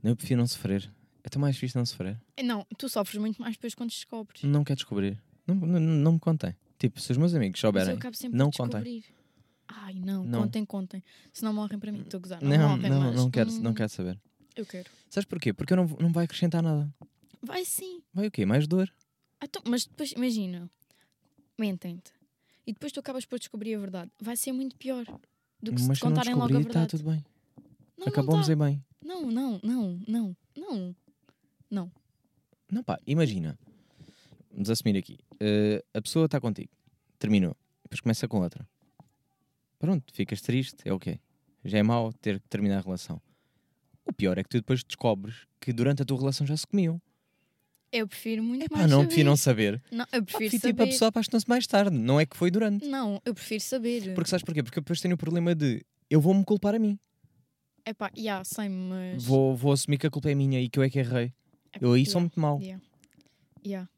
Speaker 1: não, eu prefiro não sofrer. É tão mais fixe não sofrer.
Speaker 2: Não, tu sofres muito mais depois quando descobres.
Speaker 1: Não quer descobrir. Não, não, não me contem. Tipo, se os meus amigos
Speaker 2: Mas eu
Speaker 1: souberem.
Speaker 2: acabo sempre
Speaker 1: não
Speaker 2: por descobrir. Ai, não,
Speaker 1: Não.
Speaker 2: contem, contem. Se não morrem para mim, estou a gozar. Não,
Speaker 1: Não, não,
Speaker 2: morrem,
Speaker 1: não,
Speaker 2: mas,
Speaker 1: quero, não
Speaker 2: hum,
Speaker 1: quero saber.
Speaker 2: Eu quero.
Speaker 1: Sabes porquê? Porque eu não, vou- não vai acrescentar nada.
Speaker 2: Vai sim.
Speaker 1: Vai o quê? Mais dor?
Speaker 2: Então, mas depois, imagina, mentem-te. E depois tu acabas por descobrir a verdade. Vai ser muito pior do que se
Speaker 1: Mas
Speaker 2: te
Speaker 1: eu não
Speaker 2: contarem logo a
Speaker 1: descobri, está
Speaker 2: verdade.
Speaker 1: tudo bem.
Speaker 2: Não,
Speaker 1: Acabamos
Speaker 2: não,
Speaker 1: em bem.
Speaker 2: tá. não, não, não, não, não.
Speaker 1: Não, pá, imagina. Vamos assumir aqui. Eh, a pessoa está contigo. Terminou. Depois começa com outra. Pronto, ficas triste, é o quê? Já é mau ter que terminar a relação. O pior é que tu depois descobres que durante a tua relação já se comiam.
Speaker 2: Eu prefiro muito
Speaker 1: Pá,
Speaker 2: mais
Speaker 1: não,
Speaker 2: saber.
Speaker 1: prefiro não saber.
Speaker 2: Não, eu
Speaker 1: Pá,
Speaker 2: prefiro
Speaker 1: prefiro
Speaker 2: saber.
Speaker 1: tipo, a pessoa apaixonou-se mais tarde. Não é que foi durante.
Speaker 2: Não, eu prefiro saber.
Speaker 1: Porque sabes porquê? Porque eu depois tenho o problema de eu vou-me culpar a mim.
Speaker 2: É pá, yeah, sei, mas.
Speaker 1: Vou, vou assumir que a culpa é minha e que eu é que errei.
Speaker 2: Epá,
Speaker 1: Eu aí
Speaker 2: yeah,
Speaker 1: sou muito mau.
Speaker 2: yeah. Yeah.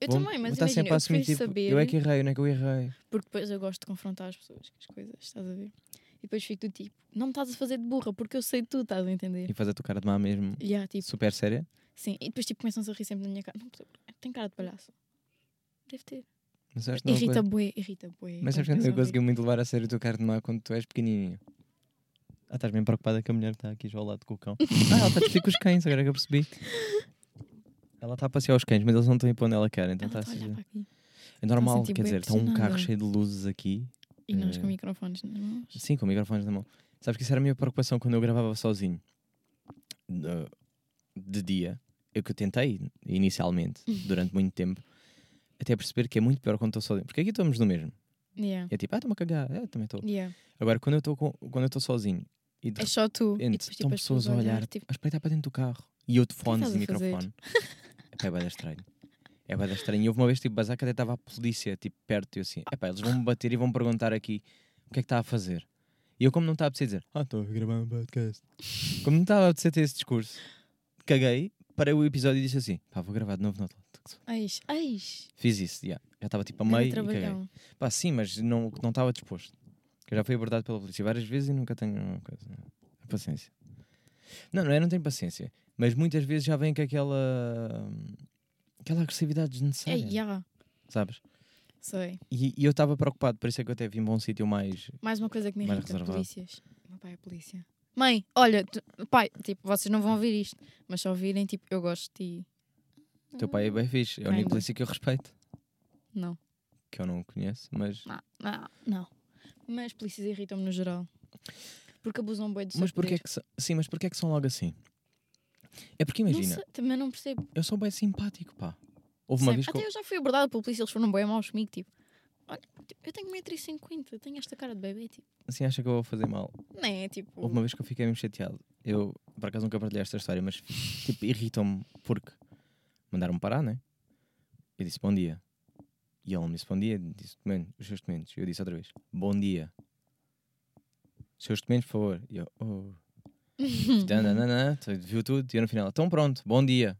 Speaker 2: Eu
Speaker 1: Vou-
Speaker 2: também, mas
Speaker 1: vou estar
Speaker 2: imagina,
Speaker 1: sempre a
Speaker 2: eu
Speaker 1: assumir,
Speaker 2: prefiro
Speaker 1: tipo,
Speaker 2: saber.
Speaker 1: eu é que errei, não é que eu errei.
Speaker 2: Porque depois eu gosto de confrontar as pessoas com as coisas, estás a ver? E depois fico do tipo, não me estás a fazer de burra porque eu sei de tudo, estás a entender?
Speaker 1: E fazer a tua cara de má mesmo.
Speaker 2: Yeah, tipo,
Speaker 1: Super séria.
Speaker 2: sim. E depois tipo, começam-se a rir sempre na minha cara. Não percebo, tem cara de palhaço. Deve ter.
Speaker 1: Mas sabes que não é uma
Speaker 2: Irrita
Speaker 1: coisa-
Speaker 2: bué, irrita bué. tipo,
Speaker 1: Mas sabes que
Speaker 2: quando
Speaker 1: não é uma coisa
Speaker 2: começam
Speaker 1: que eu muito levar a sério a tua cara de má quando tu és pequenininha. Ah, estás bem preocupada que a mulher está aqui já ao lado com o
Speaker 2: (laughs)
Speaker 1: cão. Ah, ela está a discutir com os cães, agora é que eu percebi. (laughs) Ela está a passear os cães, mas eles não estão a ir para onde ela quer, então
Speaker 2: a rir.
Speaker 1: está
Speaker 2: Ela
Speaker 1: a
Speaker 2: tá a
Speaker 1: ser-
Speaker 2: olhar para aqui.
Speaker 1: É normal,
Speaker 2: sentir
Speaker 1: quer
Speaker 2: bué
Speaker 1: dizer, está um carro
Speaker 2: pressionada.
Speaker 1: cheio de luzes aqui,
Speaker 2: E nós
Speaker 1: Eh.
Speaker 2: com microfones é? nas mãos.
Speaker 1: Sim, com microfones na mão. Sabes que isso era a minha preocupação quando eu gravava sozinho. No- De dia. Eu que eu tentei, inicialmente,
Speaker 2: Uhum.
Speaker 1: durante muito tempo, até perceber que é muito pior quando estou sozinho. Porque aqui estamos no mesmo.
Speaker 2: Yeah.
Speaker 1: É tipo, ah, estou-me a cagar. É, também estou.
Speaker 2: Yeah.
Speaker 1: Agora, quando eu estou com- quando eu estou sozinho e de
Speaker 2: É só tu. e
Speaker 1: repente
Speaker 2: depois,
Speaker 1: estão
Speaker 2: tipo, as
Speaker 1: então, pessoas a olhar,
Speaker 2: tipo,
Speaker 1: a
Speaker 2: é
Speaker 1: espreitar para dentro do carro e eu de fones e
Speaker 2: estás a fazer? (laughs)
Speaker 1: microfone. Epá, é bem estranho. É bem estranho. E houve uma vez, tipo, bazar que até estava a polícia, tipo, perto e eu assim, epá, eles vão-me bater e vão perguntar aqui o que é que está a fazer. E eu, como não estava a precisar dizer, ah, estou a gravar um podcast. Como não estava a precisar ter esse discurso, caguei, parei o episódio e disse assim, pá, vou gravar de novo no Atlântico.
Speaker 2: eis, eis.
Speaker 1: Fiz isso, já. já estava tipo a
Speaker 2: Era
Speaker 1: meio e caguei.
Speaker 2: trabalhão.
Speaker 1: Pá, sim, mas não não estava disposto. Eu já fui abordado pela polícia várias vezes e nunca tenho uma coisa, a paciência. Não, não é, não tenho paciência. Mas muitas vezes já vem com aquela. hum, aquela agressividade
Speaker 2: É,
Speaker 1: desnecessária.
Speaker 2: yeah.
Speaker 1: Sabes?
Speaker 2: Sei.
Speaker 1: E, e eu estava preocupado, por isso é que eu até vim para um sítio mais.
Speaker 2: Mais uma coisa que me
Speaker 1: Mais
Speaker 2: irrita,
Speaker 1: reservado.
Speaker 2: polícias. O Meu pai é polícia. Mãe, olha, tu- pai, tipo, vocês não vão ouvir isto, mas se ouvirem, tipo, eu gosto de ti.
Speaker 1: O teu pai é bem fixe. É a
Speaker 2: Ai,
Speaker 1: única
Speaker 2: não.
Speaker 1: polícia que eu respeito,
Speaker 2: Hum, Não,
Speaker 1: que eu não conheço, mas.
Speaker 2: não, não, não. Mas polícias irritam-me no geral. Porque abusam bem do seu
Speaker 1: Mas porquê é
Speaker 2: poder.
Speaker 1: que são- Sim, mas porquê é que são logo assim? É porque imagina,
Speaker 2: Não sei, também não percebo.
Speaker 1: eu sou bem simpático, pá. Houve uma
Speaker 2: Sei,
Speaker 1: vez que.
Speaker 2: Até
Speaker 1: eu-
Speaker 2: eu já fui abordada pela polícia, eles foram bem maus comigo, tipo. Olha, tipo, eu tenho 1,50m, tenho esta cara de bebê, tipo.
Speaker 1: Assim, acha que eu vou fazer mal.
Speaker 2: Não é, tipo.
Speaker 1: Houve
Speaker 2: (laughs)
Speaker 1: uma vez que eu fiquei mesmo chateado. Eu, por acaso, nunca partilhei esta história, mas tipo, irritam-me porque mandaram-me parar, né? Eu disse bom dia. E ele me disse bom dia, disse "Mano, os seus documentos. Eu disse outra vez bom dia. Os seus documentos, por favor. E eu, oh. Dananana, tu viu tudo. E eu no final, então pronto, bom dia.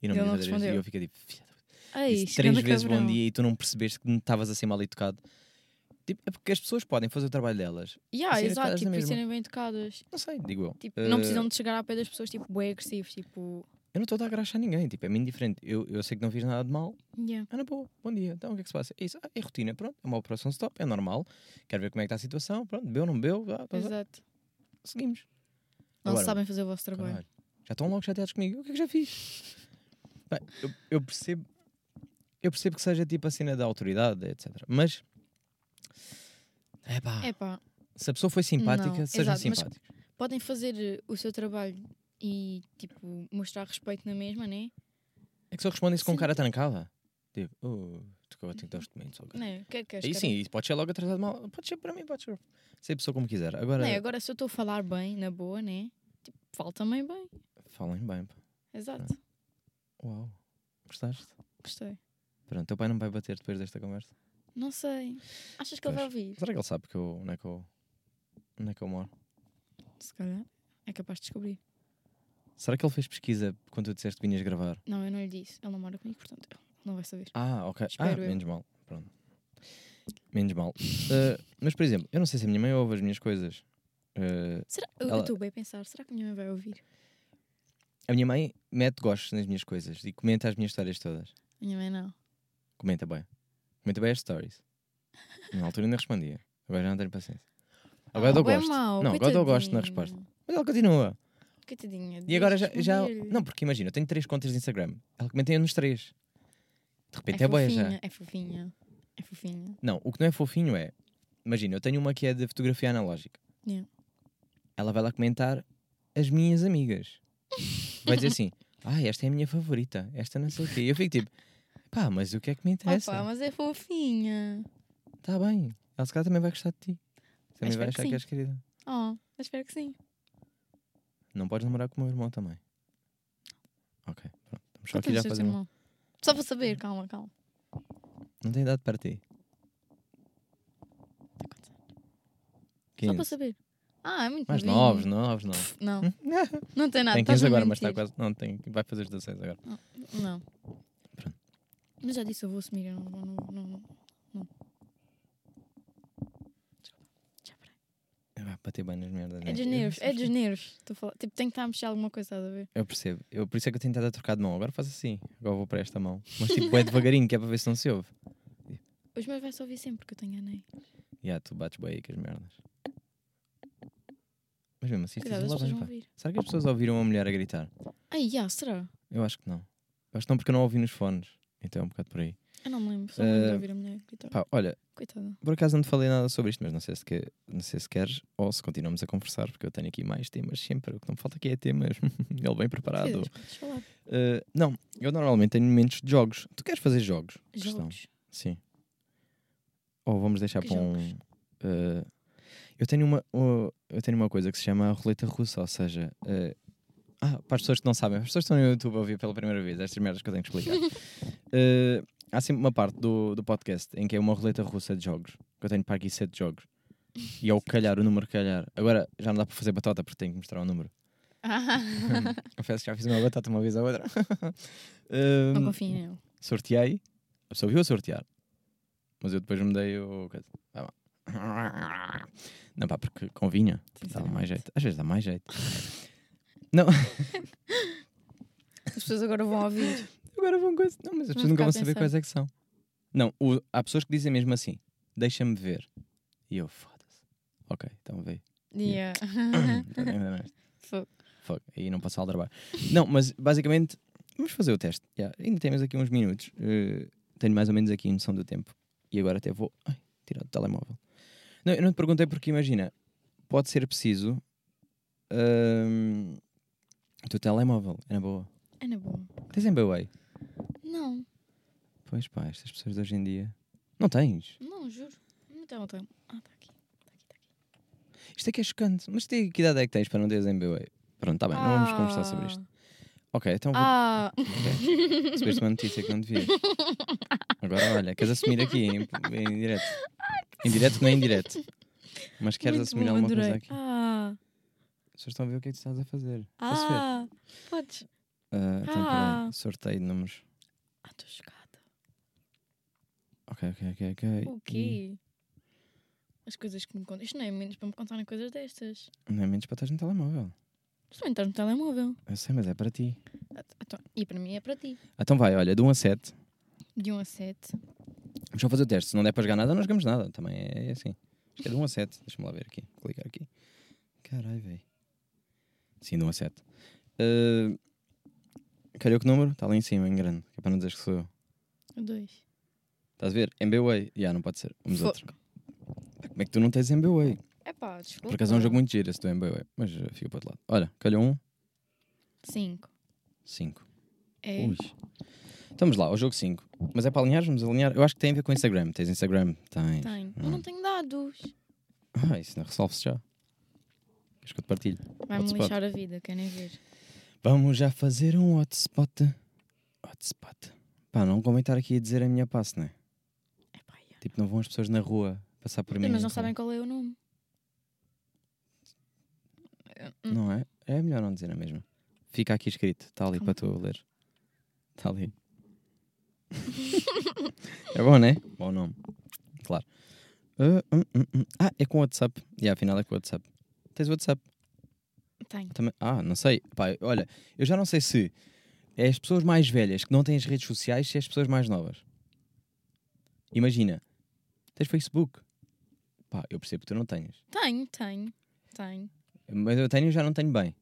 Speaker 1: E não me
Speaker 2: Ele não
Speaker 1: disse outra vez. E
Speaker 2: respondeu.
Speaker 1: eu fiquei tipo, "Filha da
Speaker 2: Ei,
Speaker 1: disse três
Speaker 2: ganda
Speaker 1: vezes bom
Speaker 2: cabrão.
Speaker 1: dia e tu não percebeste que me estavas a ser mal educado. Tipo, é porque as pessoas podem fazer o trabalho delas.
Speaker 2: Yeah,
Speaker 1: Ser
Speaker 2: exato,
Speaker 1: educadas
Speaker 2: tipo,
Speaker 1: na é
Speaker 2: e
Speaker 1: mesma.
Speaker 2: serem bem educadas.
Speaker 1: Não sei, digo eu.
Speaker 2: Tipo, não
Speaker 1: Eh,
Speaker 2: precisam de chegar ao pé das pessoas, tipo, bem agressivos, tipo.
Speaker 1: Eu não estou a dar graxa a ninguém, tipo, é-me indiferente. Eu, eu sei que não fiz nada de mal.
Speaker 2: Yeah.
Speaker 1: Ah, na boa, bom dia. Então, o que é que se passa? É isso, ah, é rotina, pronto. É uma operação stop, é normal. Quero ver como é que está a situação. Pronto, bebeu, não bebeu, vá, vá, vá,
Speaker 2: Exato. Tá
Speaker 1: seguimos.
Speaker 2: Não
Speaker 1: é. Agora,
Speaker 2: sabem fazer o vosso trabalho.
Speaker 1: Caralho, já estão logo chateados comigo. O que é que já fiz? Bem, eu, eu percebo. Eu percebo que seja tipo a cena da autoridade, etc. Mas. Epá,
Speaker 2: É pá,
Speaker 1: se a pessoa foi simpática,
Speaker 2: Não,
Speaker 1: sejam
Speaker 2: exato, mas-
Speaker 1: simpáticos.
Speaker 2: podem fazer eh, o seu trabalho e, tipo, mostrar respeito na mesma, né?
Speaker 1: É que se eu respondo isso com
Speaker 2: Sim.
Speaker 1: cara trancada, tipo, oh, tu que eu tenho que dar os documentos. ou o caralho."
Speaker 2: Não é? O que é que queres,
Speaker 1: Aí
Speaker 2: cara?
Speaker 1: sim, isso pode ser logo atrasado mal. Pode ser para mim, pode ser. Sei a pessoa como quiser. Agora,
Speaker 2: Não é? Agora, se eu estou a falar bem, na boa, né? Tipo, falo também bem.
Speaker 1: falem bem. Pá.
Speaker 2: Exato.
Speaker 1: Ah. Uau, gostaste?
Speaker 2: Gostei.
Speaker 1: Pronto, teu pai não vai bater depois desta conversa.
Speaker 2: Não sei. Achas que ele vai
Speaker 1: Pois.
Speaker 2: ouvir?
Speaker 1: Será que ele sabe que eu, onde, é que eu, onde é que eu moro?
Speaker 2: Se calhar. É capaz de descobrir.
Speaker 1: Será que ele fez pesquisa quando tu disseste que vinhas gravar?
Speaker 2: Não, eu não lhe disse. Ele não mora comigo, portanto, ele não vai saber.
Speaker 1: Ah, ok. ah,
Speaker 2: Espero eu.
Speaker 1: menos mal. Pronto. Menos mal. Ah, mas, por exemplo, eu não sei se a minha mãe ouve as minhas coisas. Ah,
Speaker 2: Será? Eu eu
Speaker 1: Ela-
Speaker 2: estou bem a pensar. Será que a minha mãe vai ouvir?
Speaker 1: a minha mãe mete gostos nas minhas coisas e comenta as minhas histórias todas.
Speaker 2: A minha mãe não.
Speaker 1: Comenta bem. Comenta bem as stories. Na altura ainda respondia. Agora já não tenho paciência. Agora
Speaker 2: Ah,
Speaker 1: dou
Speaker 2: bué
Speaker 1: gosto.
Speaker 2: mau,
Speaker 1: não, agora dou gosto na
Speaker 2: coitadinho.
Speaker 1: resposta. Mas ela continua.
Speaker 2: Coitadinha.
Speaker 1: E
Speaker 2: devias
Speaker 1: agora já, já.
Speaker 2: responder-lhe.
Speaker 1: Não, porque imagina, eu tenho três contas de Instagram. Ela comenta nos três. De repente é, boia
Speaker 2: fofinha,
Speaker 1: já.
Speaker 2: é fofinha. É fofinha.
Speaker 1: Não, o que não é fofinho é. Imagina, eu tenho uma que é de fotografia analógica.
Speaker 2: Yeah.
Speaker 1: Ela vai lá comentar as minhas amigas. Vai dizer
Speaker 2: (laughs)
Speaker 1: assim: Ah, esta é a minha favorita, esta não sei o quê. E eu fico tipo: Pá, mas o que é que me interessa?
Speaker 2: Opa, mas é fofinha.
Speaker 1: Está Tá bem. Ela se calhar também vai gostar de ti. Também vai
Speaker 2: espero que
Speaker 1: achar que,
Speaker 2: sim.
Speaker 1: és querida.
Speaker 2: Oh, eu espero que sim.
Speaker 1: Não podes namorar com o meu irmão também. Ok, pronto. Vamos
Speaker 2: Então
Speaker 1: só aqui já fazer um uma.
Speaker 2: irmão? Só para saber, calma, calma.
Speaker 1: Não tem idade para ti.
Speaker 2: Só para
Speaker 1: 15.
Speaker 2: saber. Ah, é muito
Speaker 1: Mais
Speaker 2: novinho.
Speaker 1: novos, novos, não. Hum?
Speaker 2: Não, (laughs) não tem nada.
Speaker 1: Tem 15
Speaker 2: tá estás-me a
Speaker 1: agora, mas tá está quase.
Speaker 2: mentir.
Speaker 1: Não, tem, vai fazer os 16 agora.
Speaker 2: Não. Mas já disse, eu vou assumir. Eu não, não, não, não. não. Desculpa. Já parei.
Speaker 1: Vai bater bem nas merdas.
Speaker 2: É
Speaker 1: né?
Speaker 2: dos
Speaker 1: Eu
Speaker 2: nervos, é
Speaker 1: percebo.
Speaker 2: dos nervos. Estou a falar. Tipo, tenho que estar a mexer alguma coisa, estás a ver?
Speaker 1: Eu percebo. Eu, por isso é que eu tenho estado a trocar de mão. Agora faço assim. Agora vou para esta mão. Mas tipo, é devagarinho, que é para ver se não se ouve.
Speaker 2: Os meus vai-se ouvir sempre que eu tenho anei.
Speaker 1: E yeah, tu bates bem aí com as merdas. Mas mesmo assim,
Speaker 2: Cuidado,
Speaker 1: estás
Speaker 2: as
Speaker 1: lá bem,
Speaker 2: pessoas vão
Speaker 1: pá.
Speaker 2: ouvir.
Speaker 1: Será que as pessoas ouviram a mulher a gritar?
Speaker 2: Ai, já, será?
Speaker 1: Eu acho que não. Eu acho que não, porque eu não ouvi nos fones. Então é um bocado por aí.
Speaker 2: Eu não me lembro. Só me lembro de
Speaker 1: Eh,
Speaker 2: ouvir a mulher gritar.
Speaker 1: Pá, olha,
Speaker 2: Coitada.
Speaker 1: por acaso não te falei nada sobre isto, mas não sei se, que, não sei se queres ou se continuamos a conversar, porque eu tenho aqui mais temas sempre. O que não me falta aqui é temas. (laughs) Ele bem preparado.
Speaker 2: Queridas, podes falar.
Speaker 1: Uh, não, eu normalmente tenho momentos de jogos. Tu queres fazer jogos? Questão. (laughs)
Speaker 2: Jogos.
Speaker 1: Sim. Ou vamos deixar
Speaker 2: Que
Speaker 1: para um. uh, eu, tenho uma, uh, eu tenho uma coisa que se chama roleta russa, ou seja. uh, ah, para as pessoas que não sabem, as pessoas que estão no YouTube a ouvir pela primeira vez, estas merdas que eu tenho que explicar. Uh, há sempre uma parte do, do podcast em que é uma roleta russa de jogos. Que eu tenho para aqui sete jogos. E é o calhar, o número calhar. Agora já não dá para fazer batota porque tenho que mostrar o número.
Speaker 2: Ah,
Speaker 1: Confesso que já fiz uma batata uma vez à outra. (laughs) Hum,
Speaker 2: não confio nele.
Speaker 1: sorteei. A pessoa viu a sortear. Mas eu depois mudei o. coisa. Vai lá. Não, pá, porque convinha. Dá mais jeito. Às vezes dá mais jeito.
Speaker 2: As pessoas agora vão ouvir.
Speaker 1: Agora vão coisa. Não, mas as pessoas nunca
Speaker 2: ficar
Speaker 1: vão
Speaker 2: a
Speaker 1: saber
Speaker 2: pensar.
Speaker 1: quais é que são. Não, o- há pessoas que dizem mesmo assim: deixa-me ver. E eu, foda-se. Ok, então vê. (laughs)
Speaker 2: Dia.
Speaker 1: Já tenho ideia nesta.
Speaker 2: Fogo.
Speaker 1: Fuck, aí não passa a trabalho. Não, mas basicamente, vamos fazer o teste. Yeah, ainda temos aqui uns minutos. Eh, tenho mais ou menos aqui a noção do tempo. E agora até vou ai, tirar do telemóvel. Não, eu não te perguntei porque, imagina, pode ser preciso ahm, o teu telemóvel. É na boa.
Speaker 2: É na boa.
Speaker 1: Tens em Huawei?
Speaker 2: Não,
Speaker 1: Pois pá, estas pessoas de hoje em dia. Não tens.
Speaker 2: não, juro. Não tem, não tem. Ah, está aqui. Está aqui, está aqui.
Speaker 1: Isto é que é chocante. Mas te- que idade é que tens para não teres em Huawei? Pronto, está bem, não vamos
Speaker 2: Ah.
Speaker 1: conversar sobre isto. Ok, então vou
Speaker 2: Ah,
Speaker 1: Recebeste uma notícia que não devias. Agora, olha, queres assumir aqui em, em direto? Em direto não é em direto. Mas queres
Speaker 2: muito
Speaker 1: assumir
Speaker 2: bom,
Speaker 1: alguma
Speaker 2: adorei.
Speaker 1: coisa aqui?
Speaker 2: Ah,
Speaker 1: As pessoas estão a ver o que é que tu estás a fazer. Posso ver?
Speaker 2: ah, podes.
Speaker 1: Ah, então,
Speaker 2: Ah.
Speaker 1: peraí. Sorteio de números.
Speaker 2: Ah, estou chocada.
Speaker 1: Ok, ok, ok, ok.
Speaker 2: O quê? As coisas que me contam. Isto não é menos para me contarem coisas destas.
Speaker 1: E não é menos para estás no telemóvel.
Speaker 2: Estou a entrar no telemóvel.
Speaker 1: Eu sei, mas é para ti.
Speaker 2: Ah, então- e para mim é para ti.
Speaker 1: Então vai, olha, de 1 a 7.
Speaker 2: De 1 a 7.
Speaker 1: Vamos só fazer o teste. Se não der para jogar nada, não jogamos nada. Também é assim. Acho que é de 1 a 7. Deixa-me lá ver aqui. Clicar aqui. Caralho, velho. Sim, de 1 a 7. Ah, calhou que número? Está lá em cima, em grande. Que é para não dizer que sou eu.
Speaker 2: 2.
Speaker 1: Estás a ver? MBWay. Já, não pode ser. Vamos
Speaker 2: Fo-
Speaker 1: outro. Como é que tu não tens MBWay?
Speaker 2: É pá, desculpa.
Speaker 1: Por acaso é um jogo muito giro esse do MBWay. Mas eh, fica para outro lado. Olha, calhou um,
Speaker 2: 5.
Speaker 1: cinco.
Speaker 2: É.
Speaker 1: Ui. Estamos lá, ao jogo 5. Mas é para alinhar? Vamos alinhar? Eu acho que tem a ver com Instagram. Tens Instagram? Tens.
Speaker 2: Tenho. tá Eu não tenho dados.
Speaker 1: Ah, isso não resolve-se já. Acho que eu te partilho.
Speaker 2: Vai-me
Speaker 1: Hotspot.
Speaker 2: lixar a vida, querem ver?
Speaker 1: Vamos já fazer um hotspot. Hotspot. Pá, não convém estar aqui a dizer a minha passe, não é?
Speaker 2: É pá, já.
Speaker 1: Tipo, não vão as pessoas na rua passar por mim.
Speaker 2: Mas
Speaker 1: então.
Speaker 2: não sabem qual é o nome.
Speaker 1: Não é? É melhor não dizer a mesma. Fica aqui escrito, está ali para
Speaker 2: Calma.
Speaker 1: tu ler. Está ali. (laughs) é bom, não é? Bom nome. Claro. Ah, hum, hum, hum. Ah, é com WhatsApp. E afinal é com WhatsApp. Tens WhatsApp?
Speaker 2: Tenho.
Speaker 1: Também- Ah, não sei. Pá, olha, eu já não sei se é as pessoas mais velhas que não têm as redes sociais, se é as pessoas mais novas. Imagina, tens Facebook. Pá, eu percebo que tu não tenhas.
Speaker 2: Tenho, tenho. Tenho.
Speaker 1: Mas eu tenho e já não tenho bem.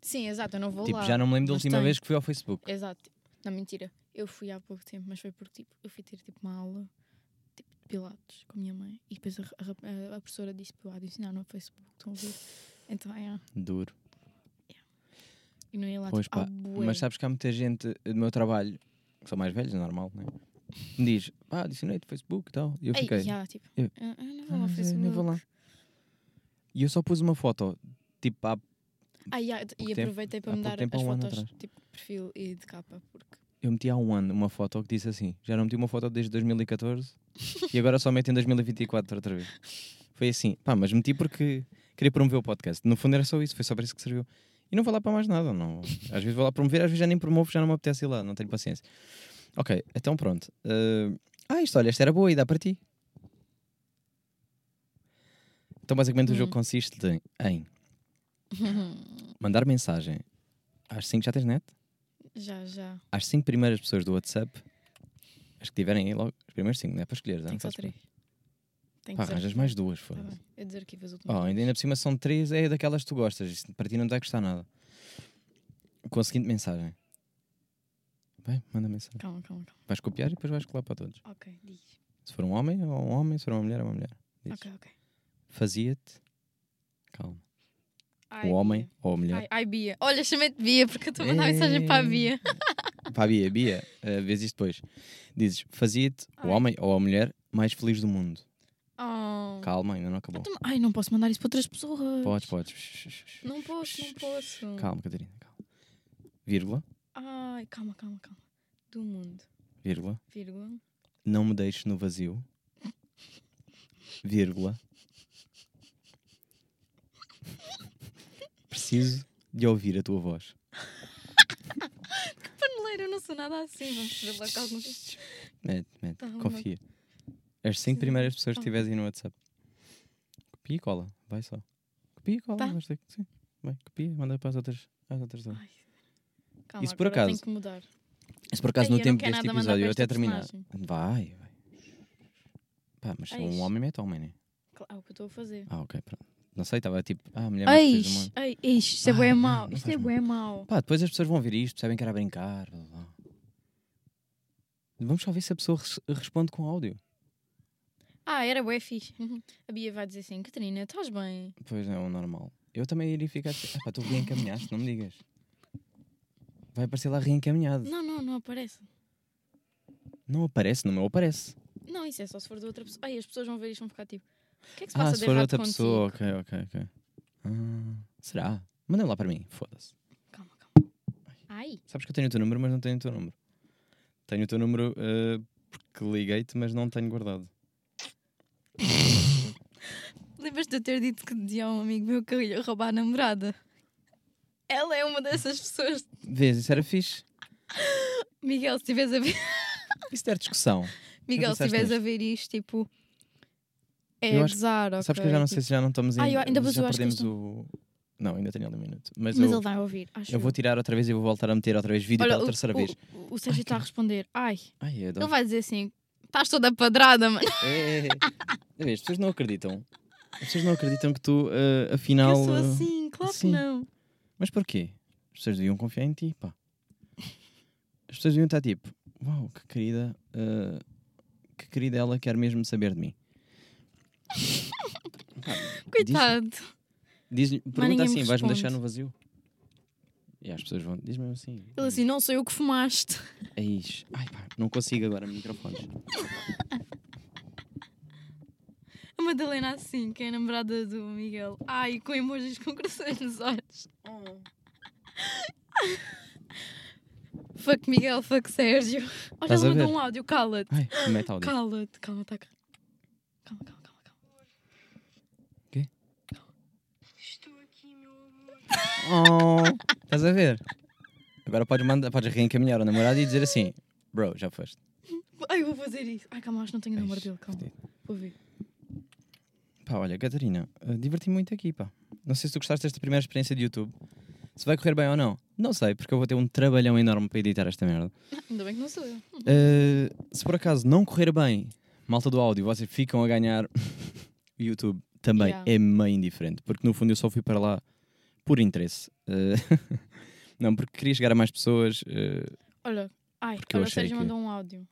Speaker 2: Sim, exato, eu não vou
Speaker 1: tipo,
Speaker 2: lá.
Speaker 1: já não me lembro da
Speaker 2: mas
Speaker 1: última
Speaker 2: tenho.
Speaker 1: vez que fui ao Facebook.
Speaker 2: Exato. Não, mentira. Eu fui há pouco tempo, mas foi porque tipo, eu fui ter tipo uma aula tipo, de pilates com a minha mãe e depois a, ra- a rap- a- a professora disse para eu adicionar no Facebook, estão a ver? Então, é.
Speaker 1: Duro.
Speaker 2: E não ia lá
Speaker 1: Pois
Speaker 2: tipo,
Speaker 1: pá,
Speaker 2: ao bué.
Speaker 1: Mas sabes que há muita gente do meu trabalho, que são mais velhos, é normal, né? Me diz, pá, adicionei-te no Facebook e tal. E eu
Speaker 2: Ei,
Speaker 1: fiquei,
Speaker 2: já, tipo,
Speaker 1: Eu-
Speaker 2: "Ah, ah, não
Speaker 1: "Ah,
Speaker 2: vou lá ao
Speaker 1: mas eu
Speaker 2: Facebook.
Speaker 1: nem vou lá." E eu só pus uma foto, tipo, há
Speaker 2: Ah, e, há- e
Speaker 1: tempo-
Speaker 2: aproveitei para
Speaker 1: há
Speaker 2: me
Speaker 1: pouco
Speaker 2: dar
Speaker 1: tempo, há
Speaker 2: as
Speaker 1: um ano
Speaker 2: fotos
Speaker 1: atrás.
Speaker 2: tipo de perfil e de capa,
Speaker 1: (laughs)
Speaker 2: porque
Speaker 1: Eu meti há um ano uma foto que disse assim: já não meti uma foto desde 2014 e agora só meto em 2024 outra vez. Foi assim, pá, mas meti porque queria promover o podcast. No fundo era só isso, foi só para isso que serviu. E não vou lá para mais nada, não. Às vezes vou lá promover, às vezes já nem promovo, já não me apetece ir lá, não tenho paciência. Ok, então pronto. Eh, ah, isto, olha, esta era boa e dá para ti. Então basicamente o jogo consiste em- em mandar mensagem às 5, já tens net?
Speaker 2: já, já.
Speaker 1: às 5 primeiras pessoas do WhatsApp, as que tiverem aí logo, os primeiros 5, não é para escolher,
Speaker 2: Tem
Speaker 1: não
Speaker 2: que ser
Speaker 1: sabes
Speaker 2: três. Tem
Speaker 1: Pá,
Speaker 2: que ser.
Speaker 1: arranjas mais duas,
Speaker 2: Tá
Speaker 1: foda-se.
Speaker 2: bem. Eu desarquivo as últimas.
Speaker 1: Oh, ainda, ainda por cima são três, é daquelas que tu gostas, isto para ti não te vai custar nada. Com a seguinte mensagem. Vai, manda mensagem.
Speaker 2: Calma, calma, calma.
Speaker 1: Vais copiar e depois vais colar para todos.
Speaker 2: Ok, diz.
Speaker 1: Se for um homem, é um homem, se for uma mulher, é uma mulher. Diz.
Speaker 2: Ok, ok.
Speaker 1: Fazia-te. Calma.
Speaker 2: Ai,
Speaker 1: o homem
Speaker 2: Bia.
Speaker 1: ou a mulher.
Speaker 2: Ai, ai, Bia. Olha, chamei-te Bia, porque eu estou a mandar mensagem
Speaker 1: É.
Speaker 2: para a Bia. (laughs)
Speaker 1: Pá, Bia, Bia, eh, vês isto depois. Dizes, fazia-te o
Speaker 2: Ai.
Speaker 1: homem ou a mulher mais feliz do mundo.
Speaker 2: Oh.
Speaker 1: Calma, ainda não acabou.
Speaker 2: Então- Ai, não posso mandar isso para outras pessoas.
Speaker 1: Podes, podes.
Speaker 2: Não posso, não posso.
Speaker 1: Calma, Catarina, calma. Vírgula,
Speaker 2: Ai, calma, calma, calma. Do mundo.
Speaker 1: vírgula.
Speaker 2: Vírgula.
Speaker 1: Não me deixes no vazio. Vírgula. Preciso de ouvir a tua voz.
Speaker 2: Paneleira, eu não sou nada assim. Vamos ver lá com alguns.
Speaker 1: Mete, mete,
Speaker 2: Tá, uma-
Speaker 1: confia. As cinco
Speaker 2: Sim.
Speaker 1: primeiras pessoas que
Speaker 2: Ah.
Speaker 1: tiveres aí no WhatsApp. Copia e cola, vai só. Copia e cola,
Speaker 2: Tá.
Speaker 1: vais ter que- sim. Vai, copia, manda para as outras. As outras duas.
Speaker 2: Ai, Calma,
Speaker 1: Isso por
Speaker 2: agora
Speaker 1: acaso.
Speaker 2: Tenho que mudar.
Speaker 1: E Se por acaso
Speaker 2: Ei, eu
Speaker 1: no
Speaker 2: não
Speaker 1: tempo
Speaker 2: quero
Speaker 1: deste
Speaker 2: nada mandar
Speaker 1: episódio eu até
Speaker 2: para esta
Speaker 1: terminar. Vai, vai. Pá, mas
Speaker 2: Ai,
Speaker 1: um
Speaker 2: isto-
Speaker 1: homem mete homem, né?
Speaker 2: Cla- É o que eu estou a fazer.
Speaker 1: Ah, ok, pronto. Não sei, estava tipo, ah, a mulher mais
Speaker 2: Ai,
Speaker 1: feliz do mundo.
Speaker 2: ai, isto, isto é
Speaker 1: Ai,
Speaker 2: bué
Speaker 1: não,
Speaker 2: mau.
Speaker 1: não
Speaker 2: Isto
Speaker 1: faz
Speaker 2: é
Speaker 1: mal.
Speaker 2: bué mau.
Speaker 1: Pá, depois as pessoas vão ouvir isto, percebem que era brincar. Blá, blá. Vamos só ver se a pessoa res- responde com áudio.
Speaker 2: Ah, era bué fixe.
Speaker 1: Uhum.
Speaker 2: A Bia vai dizer assim, Catarina, estás bem?
Speaker 1: Pois é, o normal. Eu também iria ficar. Ah, pá, tu reencaminhaste, não me digas. Vai aparecer lá reencaminhado.
Speaker 2: Não, não, não aparece.
Speaker 1: Não aparece, no meu aparece.
Speaker 2: Não, isso é só se for de outra pessoa. Ai, as pessoas vão ver isto e vão ficar tipo, o que é que se
Speaker 1: Ah,
Speaker 2: passa
Speaker 1: se
Speaker 2: de
Speaker 1: for
Speaker 2: errado
Speaker 1: outra
Speaker 2: contigo?"
Speaker 1: pessoa, ok, ok, ok. Ah, será? Mandem lá para mim, foda-se.
Speaker 2: Calma, calma. Ai,
Speaker 1: Sabes que eu tenho o teu número, mas não tenho o teu número. Tenho o teu número eh, porque liguei-te, mas não tenho guardado.
Speaker 2: lembras-te de eu ter dito que dizia a um amigo meu que eu ia roubar a namorada? Ela é uma dessas (laughs) pessoas.
Speaker 1: Vês, isso era fixe.
Speaker 2: Miguel, se estiveres
Speaker 1: (laughs)
Speaker 2: a ver,
Speaker 1: Isso era discussão.
Speaker 2: Miguel, se
Speaker 1: pensaste
Speaker 2: estiveres a
Speaker 1: nisto?
Speaker 2: ver isto, tipo, é
Speaker 1: Eu acho-
Speaker 2: gozar, ok?
Speaker 1: Sabes que eu já não sei se já não estamos em.
Speaker 2: Ah, eu ainda vou-
Speaker 1: se já
Speaker 2: eu acho que
Speaker 1: perdemos
Speaker 2: eles
Speaker 1: o. Não, ainda tenho ali um minuto. Mas,
Speaker 2: Mas,
Speaker 1: eu,
Speaker 2: ele vai ouvir, acho
Speaker 1: eu vou tirar outra vez e vou voltar a meter outra vez vídeo
Speaker 2: Olha,
Speaker 1: pela terceira vez.
Speaker 2: O, o Sérgio está a responder, ai,
Speaker 1: Ai, eu
Speaker 2: ele
Speaker 1: adoro.
Speaker 2: vai dizer assim, estás toda padrada, mano.
Speaker 1: É, é, é. Não, As pessoas não acreditam. As pessoas não acreditam que tu, eh, afinal.
Speaker 2: eu sou
Speaker 1: eh,
Speaker 2: assim, claro
Speaker 1: sim.
Speaker 2: que não.
Speaker 1: Mas porquê? As pessoas deviam confiar em ti, pá. As pessoas deviam estar tipo, uau, que querida, ah, que querida ela quer mesmo saber de mim. Pá,
Speaker 2: Coitado.
Speaker 1: Diz, diz, pergunta
Speaker 2: ninguém me
Speaker 1: assim, vais-me
Speaker 2: responde.
Speaker 1: deixar no vazio? E as pessoas vão, diz mesmo assim.
Speaker 2: Ele assim, não sou eu que fumaste. (laughs)
Speaker 1: É isso. Ai pá, não consigo agora microfones.
Speaker 2: A Madalena assim, que é a namorada do Miguel. Ai, com emojis com corações nos olhos. (laughs) Fuck Miguel, fuck Sérgio. Olha,
Speaker 1: Estás
Speaker 2: ele
Speaker 1: a
Speaker 2: mandou
Speaker 1: ver?
Speaker 2: um áudio, cala-te.
Speaker 1: Ai, mete áudio.
Speaker 2: Cala-te, calma, tá cá. Calma, calma, calma, calma.
Speaker 1: Oh, estás a ver? Agora podes, mandar, podes reencaminhar o namorado e dizer assim, bro, já foste. É
Speaker 2: Ai, eu vou fazer isso. Ai, calma, acho que não tenho o número
Speaker 1: Eish,
Speaker 2: dele, calma.
Speaker 1: fodido.
Speaker 2: Vou ver.
Speaker 1: Pá, olha, Catarina, eh, diverti-me muito aqui, pá. Não sei se tu gostaste desta primeira experiência de YouTube. Se vai correr bem ou não, não sei, porque eu vou ter um trabalhão enorme para editar esta merda.
Speaker 2: Ainda bem que não sou eu.
Speaker 1: Eh, se por acaso não correr bem, malta do áudio, vocês ficam a ganhar. (laughs) o YouTube também
Speaker 2: Yeah.
Speaker 1: é meio indiferente, porque no fundo eu só fui para lá por interesse. Eh, (laughs) não, porque queria chegar a mais pessoas. eh,
Speaker 2: Olha, ai,
Speaker 1: Porque eu
Speaker 2: olha, o
Speaker 1: achei
Speaker 2: Sérgio
Speaker 1: que-
Speaker 2: mandou um áudio.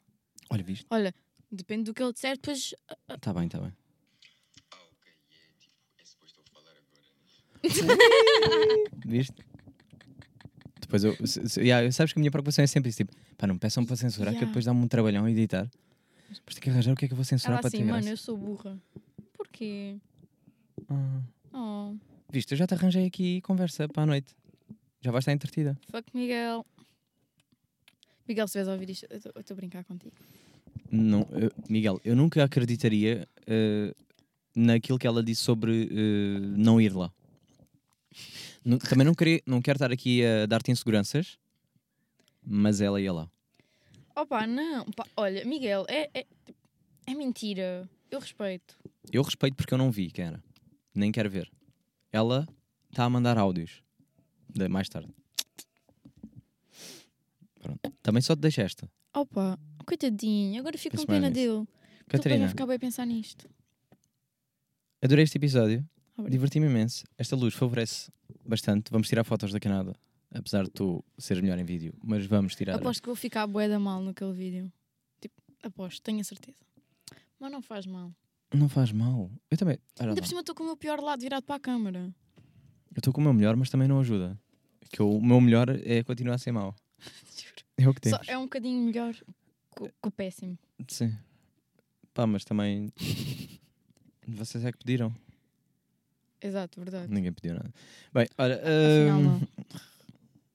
Speaker 1: Olha, viste?
Speaker 2: Olha, depende do que ele disser, depois.
Speaker 1: Está Ah, tá bem, está bem. (laughs) Viste? Depois eu, se- se- yeah, eu- Sabes que a minha preocupação é sempre isso: tipo, pá, não me peçam para censurar, que eu
Speaker 2: Yeah.
Speaker 1: depois dá-me um trabalhão a editar. Depois tenho que arranjar o que é que eu vou censurar
Speaker 2: Ela
Speaker 1: para
Speaker 2: assim,
Speaker 1: ter
Speaker 2: mano,
Speaker 1: graça.
Speaker 2: eu sou burra. Porquê?
Speaker 1: Ah,
Speaker 2: Oh,
Speaker 1: Viste, eu já te arranjei aqui conversa para a noite. Já vais estar entretida.
Speaker 2: Fuck Miguel. Miguel, se vês a ouvir isto, eu estou a brincar contigo.
Speaker 1: Não, eu- Miguel, eu nunca acreditaria eh, naquilo que ela disse sobre eh, não ir lá. Nu- também não, queria, não quero estar aqui a dar-te inseguranças, mas ela ia lá.
Speaker 2: Opa, não. pá, olha, Miguel, é, é, é mentira. Eu respeito.
Speaker 1: Eu respeito porque eu não vi quem era. Nem quero ver. Ela está a mandar áudios. De- mais tarde. Pronto. Também só te deixo esta.
Speaker 2: Opa, coitadinho, agora fico com
Speaker 1: Pensa
Speaker 2: pena
Speaker 1: bem
Speaker 2: dele. Ele vai
Speaker 1: Catarina,
Speaker 2: Então, ficar bem a pensar nisto.
Speaker 1: adorei este episódio.
Speaker 2: Obrigada.
Speaker 1: Diverti-me imenso. Esta luz favorece bastante. Vamos tirar fotos da Canadá. Apesar de tu seres melhor em vídeo, mas vamos tirar.
Speaker 2: Aposto que vou ficar bué da mal naquele vídeo. Tipo, aposto, tenho a certeza. Mas não faz mal.
Speaker 1: Não faz mal. Eu também. Olha lá.
Speaker 2: Ainda por cima estou com o meu pior lado virado para a câmara.
Speaker 1: Eu estou com o meu melhor, mas também não ajuda. Que eu- o meu melhor é continuar a ser mau.
Speaker 2: Juro.
Speaker 1: É o que
Speaker 2: Só
Speaker 1: temos.
Speaker 2: é um bocadinho melhor que o- que o péssimo.
Speaker 1: Sim. Pá, mas também. (laughs) Vocês é que pediram.
Speaker 2: Exato, verdade.
Speaker 1: Ninguém pediu nada. Bem, olha.
Speaker 2: Afinal,
Speaker 1: hum,
Speaker 2: não.
Speaker 1: (laughs)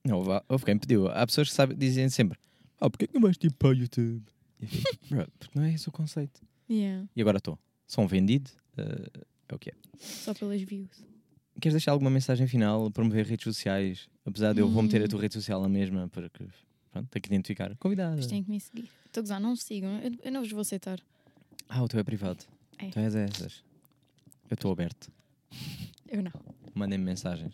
Speaker 1: Não, vá- houve quem pediu. Há pessoas que sabem, dizem sempre: Ah, porquê que não vais tipo para o YouTube? E eu fico, (laughs) "Bro, Porque não é esse o conceito.
Speaker 2: Yeah,
Speaker 1: E agora estou. Sou um vendido. eh, é o que é.
Speaker 2: só pelas views.
Speaker 1: Queres deixar alguma mensagem final? Promover redes sociais? Apesar de eu vou meter a
Speaker 2: Hum.
Speaker 1: tua rede social na mesma, porque. Pronto, tenho que identificar. Convidada.
Speaker 2: Mas têm que me seguir. Estou a gozar, não me sigam. Eu, eu não vos vou aceitar.
Speaker 1: Ah, o teu é privado.
Speaker 2: É.
Speaker 1: Tu és essas. Eu estou aberto.
Speaker 2: Eu não.
Speaker 1: Mandem-me
Speaker 2: (laughs)
Speaker 1: mensagens.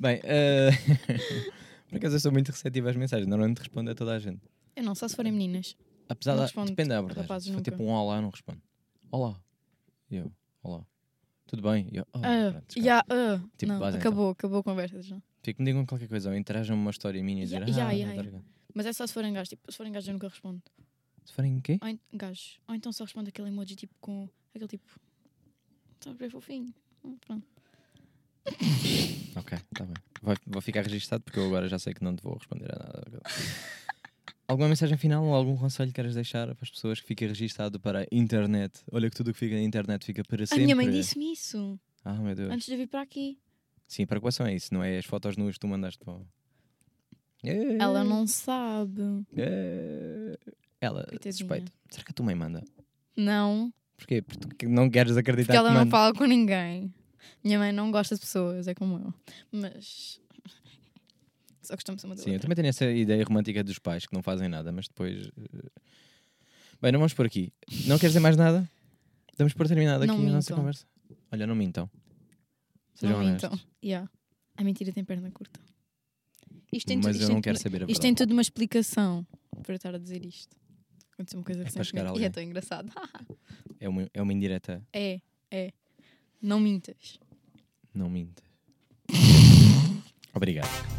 Speaker 1: Bem, eh, (laughs) por acaso eu sou muito receptivo às mensagens. Normalmente respondo a toda a gente.
Speaker 2: Eu não, só se forem meninas.
Speaker 1: Apesar
Speaker 2: Não
Speaker 1: da.
Speaker 2: respondo,
Speaker 1: Depende da abordagem.
Speaker 2: rapazes
Speaker 1: Se for
Speaker 2: nunca.
Speaker 1: tipo um olá, não respondo. Olá. E eu, olá. Tudo bem? E eu, oh,
Speaker 2: Ah,
Speaker 1: pronto, descarto.
Speaker 2: já, ah,
Speaker 1: Tipo,
Speaker 2: não,
Speaker 1: vais então.
Speaker 2: acabou, acabou a conversa já.
Speaker 1: Tipo, me digam qualquer coisa, ou interajam uma história minha e dizer,
Speaker 2: Ya, ya,
Speaker 1: ah,
Speaker 2: ya,
Speaker 1: adoro
Speaker 2: ya.
Speaker 1: gato."
Speaker 2: Mas é só se forem gajos. Tipo, se forem gajos eu nunca respondo.
Speaker 1: Se forem quê?
Speaker 2: Ou, en- gajos. Ou então só respondo aquele emoji tipo com aquele tipo. Sabe, é fofinho. Hum, Pronto.
Speaker 1: Ok, tá bem. Vai- vou ficar registado porque eu agora já sei que não te vou responder a nada. Alguma mensagem final ou algum conselho que queres deixar para as pessoas que fica registado para a internet? Olha que tudo o que fica na internet fica para
Speaker 2: A
Speaker 1: sempre.
Speaker 2: minha mãe disse-me isso
Speaker 1: Ah, meu Deus.
Speaker 2: antes de eu vir para aqui.
Speaker 1: Sim, para que são é isso? Não é as fotos nuas que tu mandaste para... o- Eh,
Speaker 2: Ela não sabe.
Speaker 1: eh, Ela,
Speaker 2: Coitadinha.
Speaker 1: suspeita. Será que a tua mãe manda?
Speaker 2: Não,
Speaker 1: Porquê? Porque não queres acreditar
Speaker 2: porque ela
Speaker 1: que
Speaker 2: não
Speaker 1: manda.
Speaker 2: fala com ninguém. Minha mãe não gosta de pessoas, é como eu. Mas. (laughs) Só gostamos uma da
Speaker 1: Sim, eu
Speaker 2: outra.
Speaker 1: também tenho essa ideia romântica dos pais que não fazem nada, mas depois. eh, Bem, não vamos por aqui. Não queres dizer mais nada? Damos por terminado
Speaker 2: Não
Speaker 1: aqui a nossa
Speaker 2: mintam.
Speaker 1: conversa. Olha, não mintam. Sejam
Speaker 2: Não mintam.
Speaker 1: honestos.
Speaker 2: Yeah. A mentira tem perna curta. Isto tem, tu-
Speaker 1: Mas
Speaker 2: é isto
Speaker 1: eu
Speaker 2: tem
Speaker 1: não
Speaker 2: tu-
Speaker 1: quero saber a
Speaker 2: isto é tem
Speaker 1: verdade.
Speaker 2: tudo uma explicação para eu estar a dizer isto. Aconteceu uma coisa
Speaker 1: para
Speaker 2: recentemente.
Speaker 1: chegar a
Speaker 2: E é
Speaker 1: alguém.
Speaker 2: tão engraçado. (laughs)
Speaker 1: É uma, é uma indireta.
Speaker 2: é, é. Não mintas. (laughs)
Speaker 1: Não mintas. Obrigado.